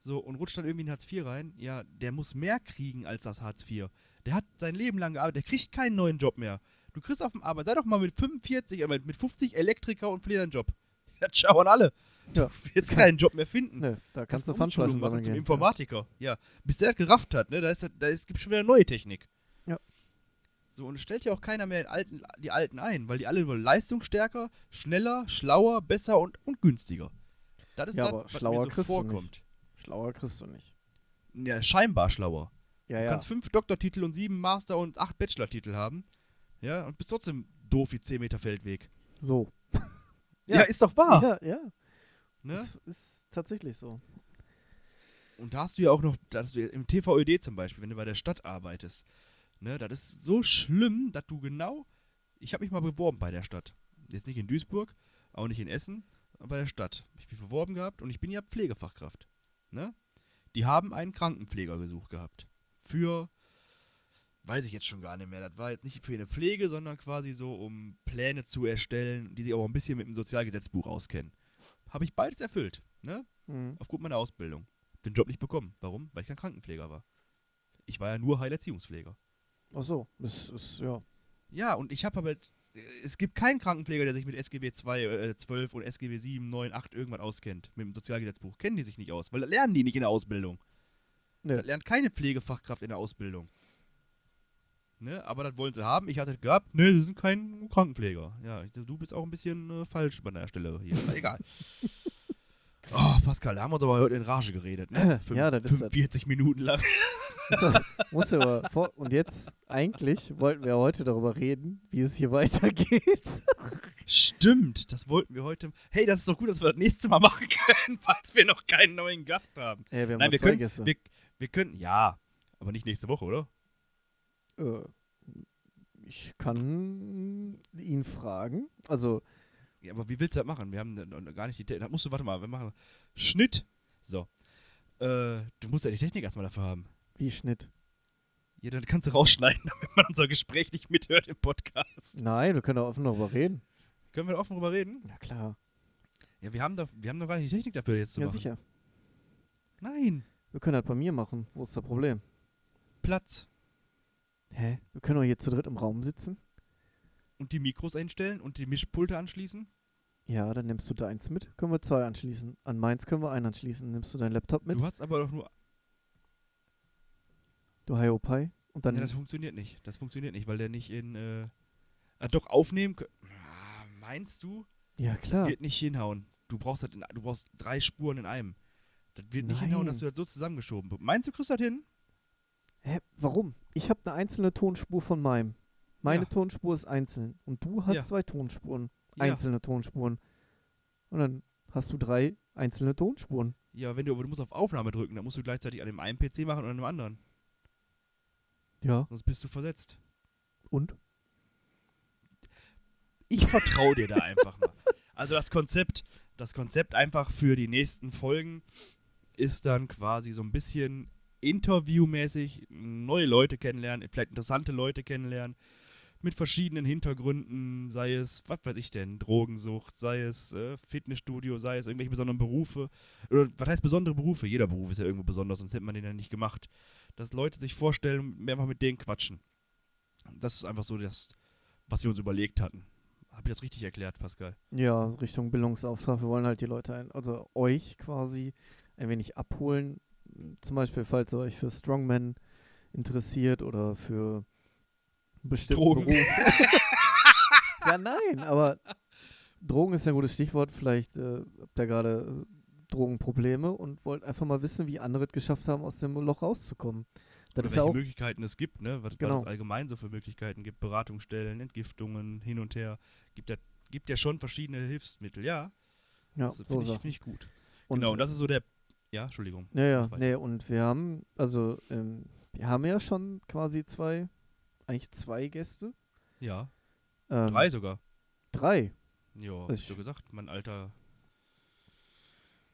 A: So, und rutscht dann irgendwie in Hartz IV rein. Ja, der muss mehr kriegen als das Hartz IV. Der hat sein Leben lang gearbeitet, der kriegt keinen neuen Job mehr. Du kriegst auf dem Arbeit, sei doch mal mit 45, äh, mit mit 50 Elektriker und verlier deinen Job. Ja, ciao an alle. Du
B: Ja.
A: wirst keinen Job mehr finden.
B: Nee, da kannst du
A: Umschulung
B: Pfandflaschen
A: machen
B: sammeln
A: zum
B: gehen.
A: Informatiker. Ja. bis der das gerafft hat, ne, da ist da ist, gibt schon wieder neue Technik.
B: Ja.
A: So und es stellt ja auch keiner mehr den alten, die alten ein, weil die alle nur leistungsstärker, schneller, schlauer, besser und, und günstiger. Das ist
B: Ja,
A: das,
B: aber
A: was mir
B: schlauer
A: so
B: kriegst du
A: vorkommt.
B: Ja. Schlauer kriegst du nicht.
A: Ja, scheinbar schlauer.
B: Ja,
A: Du
B: ja.
A: kannst fünf Doktortitel und sieben Master und acht Bachelortitel haben. Ja, und bist trotzdem doof wie 10 Meter Feldweg.
B: So.
A: Ja,
B: Ja.
A: ist doch wahr.
B: Ja, Ah! ja.
A: Ne?
B: Das ist tatsächlich so.
A: Und da hast du ja auch noch, da hast du ja im TVÖD zum Beispiel, wenn du bei der Stadt arbeitest, ne, das ist so schlimm, dass du genau, ich habe mich mal beworben bei der Stadt. Jetzt nicht in Duisburg, auch nicht in Essen, aber bei der Stadt. Ich bin beworben gehabt und ich bin ja Pflegefachkraft. Ne? Die haben einen Krankenpfleger gesucht gehabt. Für, weiß ich jetzt schon gar nicht mehr, das war jetzt nicht für eine Pflege, sondern quasi so, um Pläne zu erstellen, die sich auch ein bisschen mit dem Sozialgesetzbuch auskennen. Habe ich beides erfüllt. Ne?
B: Mhm.
A: aufgrund meiner Ausbildung den Job nicht bekommen. Warum? Weil ich kein Krankenpfleger war. Ich war ja nur Heilerziehungspfleger.
B: Ach so. Das ist, ja.
A: Ja, und ich habe aber. Es gibt keinen Krankenpfleger, der sich mit SGB 2, äh, 12 und SGB 7, 9, 8 irgendwas auskennt. Mit dem Sozialgesetzbuch. Kennen die sich nicht aus, weil das lernen die nicht in der Ausbildung.
B: Nee.
A: Das lernt keine Pflegefachkraft in der Ausbildung. Ne? Aber das wollen sie haben. Ich hatte es gehabt. Ne, sie sind kein Krankenpfleger. Ja, ich- du bist auch ein bisschen äh, falsch bei der Stelle hier. Aber egal. Oh, Pascal, da haben wir uns aber heute in Rage geredet. Ne? Fünf,
B: Ja, das ist das.
A: 45 Minuten lang.
B: Muss ja aber vor und jetzt, eigentlich wollten wir heute darüber reden, wie es hier weitergeht.
A: Stimmt, das wollten wir heute. Hey, das ist doch gut, dass wir das nächste Mal machen können, falls wir noch keinen neuen Gast haben.
B: Ey, wir haben
A: Nein,
B: noch
A: wir
B: zwei
A: können,
B: Gäste.
A: wir, wir können, ja, aber nicht nächste Woche, oder?
B: Äh, ich kann ihn fragen. Also,
A: Ja, aber wie willst du das machen? Wir haben noch- noch gar nicht die Technik. Da musst du, warte mal, wir machen Schnitt. So. Äh, du musst ja die Technik erstmal dafür haben.
B: wie Schnitt?
A: Ja, dann kannst du rausschneiden, damit man unser Gespräch nicht mithört im Podcast.
B: Nein, wir können auch offen darüber reden.
A: Können wir da offen drüber reden?
B: Na klar.
A: Ja, wir haben doch, wir haben doch gar nicht die Technik dafür jetzt zu
B: ja,
A: machen.
B: sicher.
A: Nein,
B: Wir können halt bei mir machen. Wo ist das Problem?
A: Platz.
B: Hä? Wir können doch hier zu dritt im Raum sitzen.
A: Und die Mikros einstellen und die Mischpulte anschließen.
B: Ja, dann nimmst du deins mit. Können wir zwei anschließen. An meins können wir einen anschließen. Nimmst du deinen Laptop mit,
A: Du hast aber doch nur.
B: du Hiopai. Und dann
A: Ja, das funktioniert nicht. Das funktioniert nicht, weil der nicht in. Äh, ah, doch, aufnehmen. kö- Ah, Meinst du?
B: Ja, klar.
A: Wird nicht hinhauen. Du brauchst, das in, du brauchst drei Spuren in einem. Das wird nicht hinhauen, dass du
B: Nein.
A: das so zusammengeschoben bist. Meinst du, kriegst du das hin?
B: Hä, warum? Ich habe eine einzelne Tonspur von meinem. Meine
A: Ja.
B: Tonspur ist einzeln. Und du hast
A: Ja.
B: zwei Tonspuren.
A: Ja.
B: Einzelne Tonspuren. Und dann hast du drei einzelne Tonspuren.
A: Ja, wenn du, aber du musst auf Aufnahme drücken, dann musst du gleichzeitig an dem einen PC machen und an dem anderen.
B: Ja.
A: Sonst bist du versetzt.
B: Und?
A: Ich vertraue dir da einfach mal. Also das Konzept, das Konzept einfach für die nächsten Folgen ist dann quasi so ein bisschen interviewmäßig neue Leute kennenlernen, vielleicht interessante Leute kennenlernen mit verschiedenen Hintergründen, sei es, was weiß ich denn, Drogensucht, sei es äh, Fitnessstudio, sei es irgendwelche besonderen Berufe. Oder was heißt besondere Berufe? Jeder Beruf ist ja irgendwo besonders, sonst hätte man den ja nicht gemacht. Dass Leute sich vorstellen, wir einfach mit denen quatschen. Das ist einfach so das, was wir uns überlegt hatten. Hab ich das richtig erklärt, Pascal?
B: Ja, Richtung Bildungsauftrag. Wir wollen halt die Leute, ein, also euch quasi, ein wenig abholen. Zum Beispiel, falls ihr euch für Strongman interessiert oder für einen bestimmten
A: Drogen.
B: Beruf. ja, nein, aber Drogen ist ja ein gutes Stichwort. Vielleicht äh, habt ihr gerade äh, Drogenprobleme und wollt einfach mal wissen, wie andere es geschafft haben, aus dem Loch rauszukommen. Das
A: Oder
B: ist ja
A: welche
B: auch
A: Möglichkeiten es gibt, ne? was,
B: Genau.
A: was es allgemein so für Möglichkeiten gibt. Beratungsstellen, Entgiftungen, hin und her. Gibt ja, gibt ja schon verschiedene Hilfsmittel, ja.
B: ja,
A: das
B: so
A: finde ich,
B: Sachen.
A: find ich gut.
B: Und-
A: genau, und das ist so der. Ja, Entschuldigung.
B: Ja, ja,
A: Mach weiter.
B: nee, und wir haben, also, ähm, wir haben ja schon quasi zwei, eigentlich zwei Gäste.
A: Ja,
B: Ähm,
A: drei sogar.
B: Drei.
A: Ja,
B: Also
A: hab ich
B: ich-
A: so gesagt. Mein alter.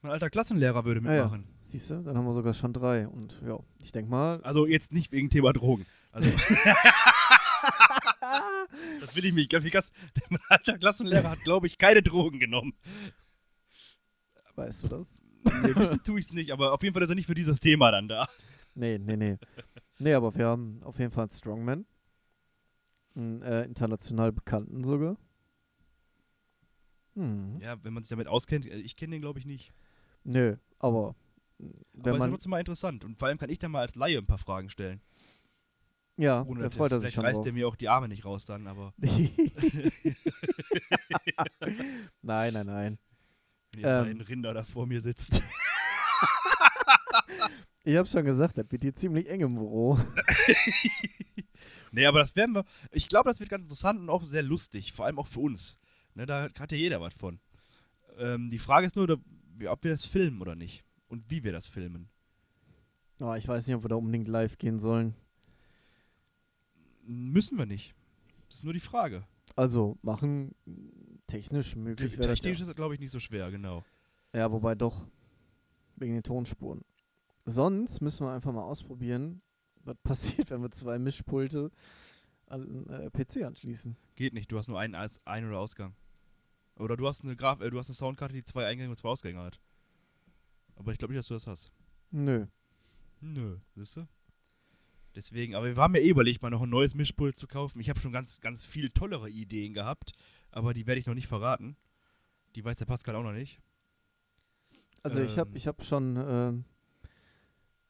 A: Mein alter Klassenlehrer würde
B: Ah ja.
A: mitmachen.
B: Siehst du, dann haben wir sogar schon drei. Und ja, ich denke mal,
A: Also jetzt nicht wegen Thema Drogen. Also. das will ich mich. Mein alter Klassenlehrer hat, glaube ich, keine Drogen genommen.
B: weißt du das?
A: Nee, wissen tue ich es nicht, aber auf jeden Fall ist er nicht für dieses Thema dann da.
B: Nee, nee, nee. nee, aber wir haben auf jeden Fall einen Strongman. Einen äh, international bekannten sogar. Hm.
A: Ja, wenn man sich damit auskennt, äh, ich kenne den glaube ich nicht.
B: Nö, aber mh,
A: Aber ist
B: wenn
A: ja
B: man.
A: trotzdem mal interessant. Und vor allem kann ich dann mal als Laie ein paar Fragen stellen.
B: Ja,
A: Ohne
B: da
A: dass-
B: freut er sich
A: vielleicht
B: schon
A: reißt
B: drauf.
A: der mir auch die Arme nicht raus dann, aber
B: nein, nein, nein.
A: wenn ihr
B: Ähm.
A: ähm. ein Rinder da vor mir sitzt.
B: Ich habe schon gesagt, das wird hier ziemlich eng im Büro.
A: nee, aber das werden wir. Ich glaube, das wird ganz interessant und auch sehr lustig, vor allem auch für uns. Ne, da hat ja jeder was von. Ähm, die Frage ist nur, ob wir ob wir das filmen oder nicht. Und wie wir das filmen.
B: Oh, ich weiß nicht, ob wir da unbedingt live gehen sollen.
A: Müssen wir nicht. Das ist nur die Frage.
B: Also machen mh, technisch möglich wäre das
A: Technisch
B: ja.
A: ist das, glaube ich, nicht so schwer, genau.
B: ja, wobei doch wegen den Tonspuren. Sonst müssen wir einfach mal ausprobieren, was passiert, wenn wir zwei Mischpulte an äh, PC anschließen.
A: Geht nicht, du hast nur einen As- Ein- oder Ausgang. Oder du hast eine Graf äh, du hast eine Soundkarte, die zwei Eingänge und zwei Ausgänge hat. Aber ich glaube nicht, dass du das hast.
B: Nö.
A: Nö, siehst du? Deswegen, aber wir haben ja eh überlegt, mal noch ein neues Mischpult zu kaufen. Ich habe schon ganz, ganz viel tollere Ideen gehabt, aber die werde ich noch nicht verraten. Die weiß der Pascal auch noch nicht.
B: Also ich habe
A: Ähm.
B: ich hab schon ähm,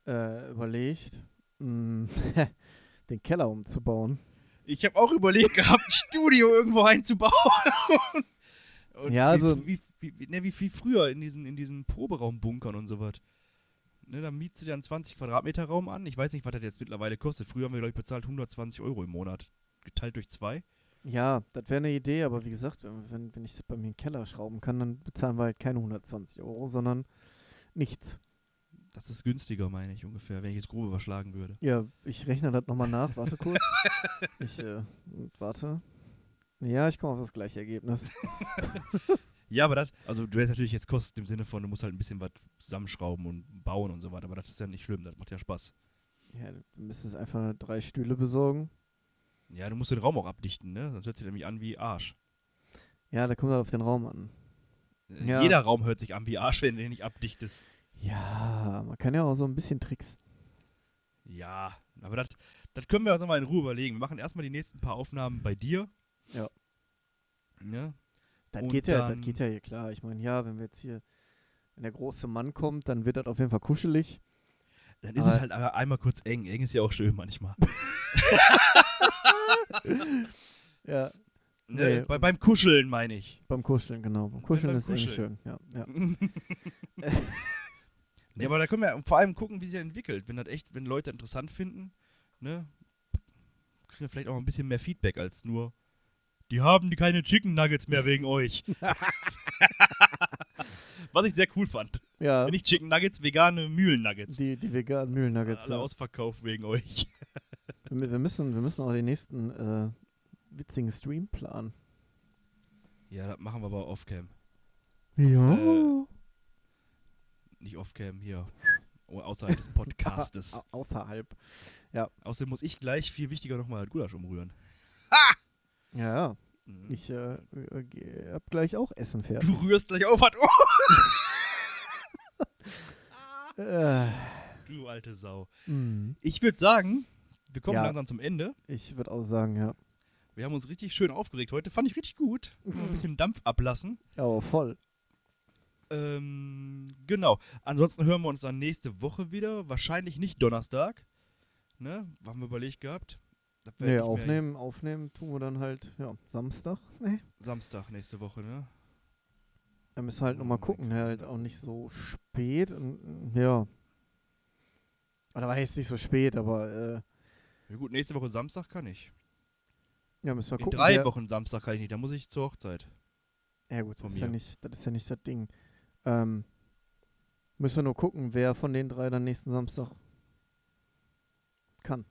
B: äh, überlegt, mh, den Keller umzubauen.
A: Ich habe auch überlegt gehabt, ein Studio irgendwo einzubauen. Und
B: Ja,
A: wie,
B: also-
A: wie, wie, wie, ne, wie, wie früher in diesen, in diesen Proberaumbbunkern und sowas. Ne, da mietst du dir einen 20 Quadratmeter Raum an. Ich weiß nicht, was das jetzt mittlerweile kostet. Früher haben wir, glaube ich, bezahlt 120 Euro im Monat. Geteilt durch zwei.
B: Ja, das wäre eine Idee, aber wie gesagt, wenn, wenn, wenn ich das bei mir in den Keller schrauben kann, dann bezahlen wir halt keine 120 Euro, sondern nichts.
A: Das ist günstiger, meine ich ungefähr, wenn ich es grob überschlagen würde.
B: Ja, ich rechne das nochmal nach, warte kurz. ich, äh, warte. Ja, ich komme auf das gleiche Ergebnis.
A: Ja, aber das, also du hast natürlich jetzt Kosten im Sinne von, du musst halt ein bisschen was zusammenschrauben und bauen und so weiter, aber das ist ja nicht schlimm, das macht ja Spaß.
B: ja, du müsstest einfach drei Stühle besorgen.
A: Ja, du musst den Raum auch abdichten, ne? Sonst hört sich nämlich an wie Arsch.
B: Ja, da kommt halt auf den Raum an.
A: Äh,
B: Ja.
A: Jeder Raum hört sich an wie Arsch, wenn du den nicht abdichtest.
B: Ja, man kann ja auch so ein bisschen tricksen.
A: Ja, aber das, das können wir uns nochmal in Ruhe überlegen. Wir machen erstmal die nächsten paar Aufnahmen bei dir.
B: Ja.
A: Ne?
B: Das
A: Und
B: geht ja,
A: dann-
B: das geht ja hier klar. Ich meine, ja, wenn wir jetzt hier, wenn der große Mann kommt, dann wird das auf jeden Fall kuschelig.
A: Dann ist
B: Aber-
A: es halt aber einmal kurz eng. Eng ist ja auch schön manchmal.
B: Ja,
A: Ne?
B: Nee.
A: Bei, beim Kuscheln meine ich.
B: beim Kuscheln, genau. Beim Kuscheln
A: beim
B: ist eigentlich
A: Kuscheln.
B: schön. Ja, ja.
A: Nee, aber da können wir vor allem gucken, wie sich das entwickelt. Wenn das echt, wenn Leute interessant finden, ne, kriegen wir vielleicht auch ein bisschen mehr Feedback als nur, die haben die keine Chicken Nuggets mehr wegen euch. Was ich sehr cool fand.
B: ja
A: Wenn nicht Chicken Nuggets, vegane Mühlen Nuggets.
B: die, die veganen Mühlennuggets.
A: Alle
B: Ja.
A: ausverkauft wegen euch.
B: Wir, wir, müssen, wir müssen auch den nächsten äh, witzigen Stream planen.
A: Ja, das machen wir aber offcam. Äh,
B: Ja.
A: Nicht offcam, hier. Oh, Außerhalb des Podcastes.
B: Au- außerhalb.
A: Außerdem muss ich gleich viel wichtiger nochmal Gulasch umrühren.
B: Ja, ja.
A: Mhm.
B: Ich äh, äh, geh- hab gleich auch Essen fertig.
A: Du rührst gleich auf, hat. Oh,
B: Äh,
A: du alte Sau.
B: mm,
A: Ich würde sagen, wir kommen
B: Ja.
A: langsam zum Ende.
B: ich würde auch sagen, ja.
A: Wir haben uns richtig schön aufgeregt heute. Fand ich richtig gut. Ein bisschen Dampf ablassen.
B: Aber voll.
A: Ähm, genau. Ansonsten hören wir uns dann nächste Woche wieder. Wahrscheinlich nicht Donnerstag. Ne? Haben wir überlegt gehabt. Das wär
B: Nee,
A: nicht mehr
B: aufnehmen, aufnehmen tun wir dann halt, ja, Samstag. Nee.
A: Samstag nächste Woche, ne?
B: Da müssen wir halt nochmal gucken, ne, halt auch nicht so spät. Und, mm, ja. Oder war jetzt nicht so spät, aber äh,
A: Ja gut, nächste Woche Samstag kann ich.
B: ja, müssen wir
A: In
B: gucken.
A: drei
B: wer-
A: Wochen Samstag kann ich nicht. Da muss ich zur Hochzeit.
B: Ja gut,
A: von
B: das ist ja,
A: mir.
B: nicht, das ist ja nicht das Ding. Ähm, müssen wir nur gucken, wer von den drei dann nächsten Samstag kann.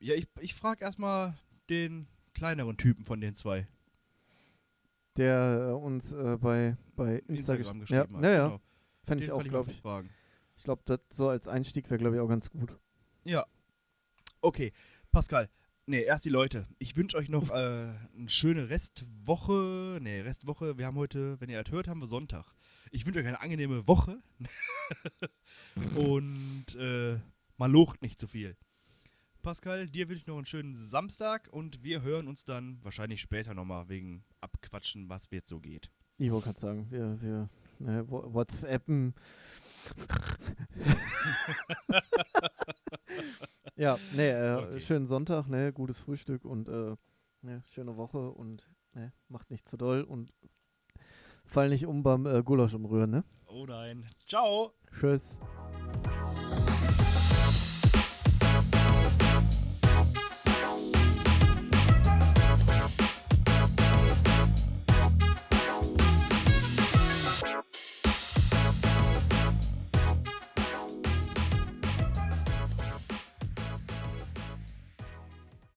A: Ja, ich, ich frage erstmal den kleineren Typen von den zwei.
B: Der äh, uns äh, bei, bei Insta,
A: Instagram
B: gesch-
A: geschrieben
B: ja,
A: hat.
B: Ja, ja,
A: Genau.
B: fände
A: Den
B: ich
A: kann
B: auch,
A: mal
B: glaube ich.
A: fragen.
B: Ich glaube, das so als Einstieg wäre, glaube ich, auch ganz gut.
A: Ja. Okay, Pascal. Nee, erst die Leute. Ich wünsche euch noch äh, eine schöne Restwoche. Nee, Restwoche. Wir haben heute, wenn ihr das hört, haben wir Sonntag. Ich wünsche euch eine angenehme Woche. und äh, man locht nicht zu viel. Pascal, dir wünsche ich noch einen schönen Samstag und wir hören uns dann wahrscheinlich später nochmal wegen Abquatschen, was jetzt so geht.
B: Ich wollte gerade sagen, wir, wir ne, Wha- WhatsAppen. ja, nee, äh,
A: Okay.
B: schönen Sonntag, ne, gutes Frühstück und äh, ne, schöne Woche und ne, macht nicht zu doll und fall nicht um beim äh, Gulasch umrühren, ne?
A: Oh nein. Ciao.
B: Tschüss.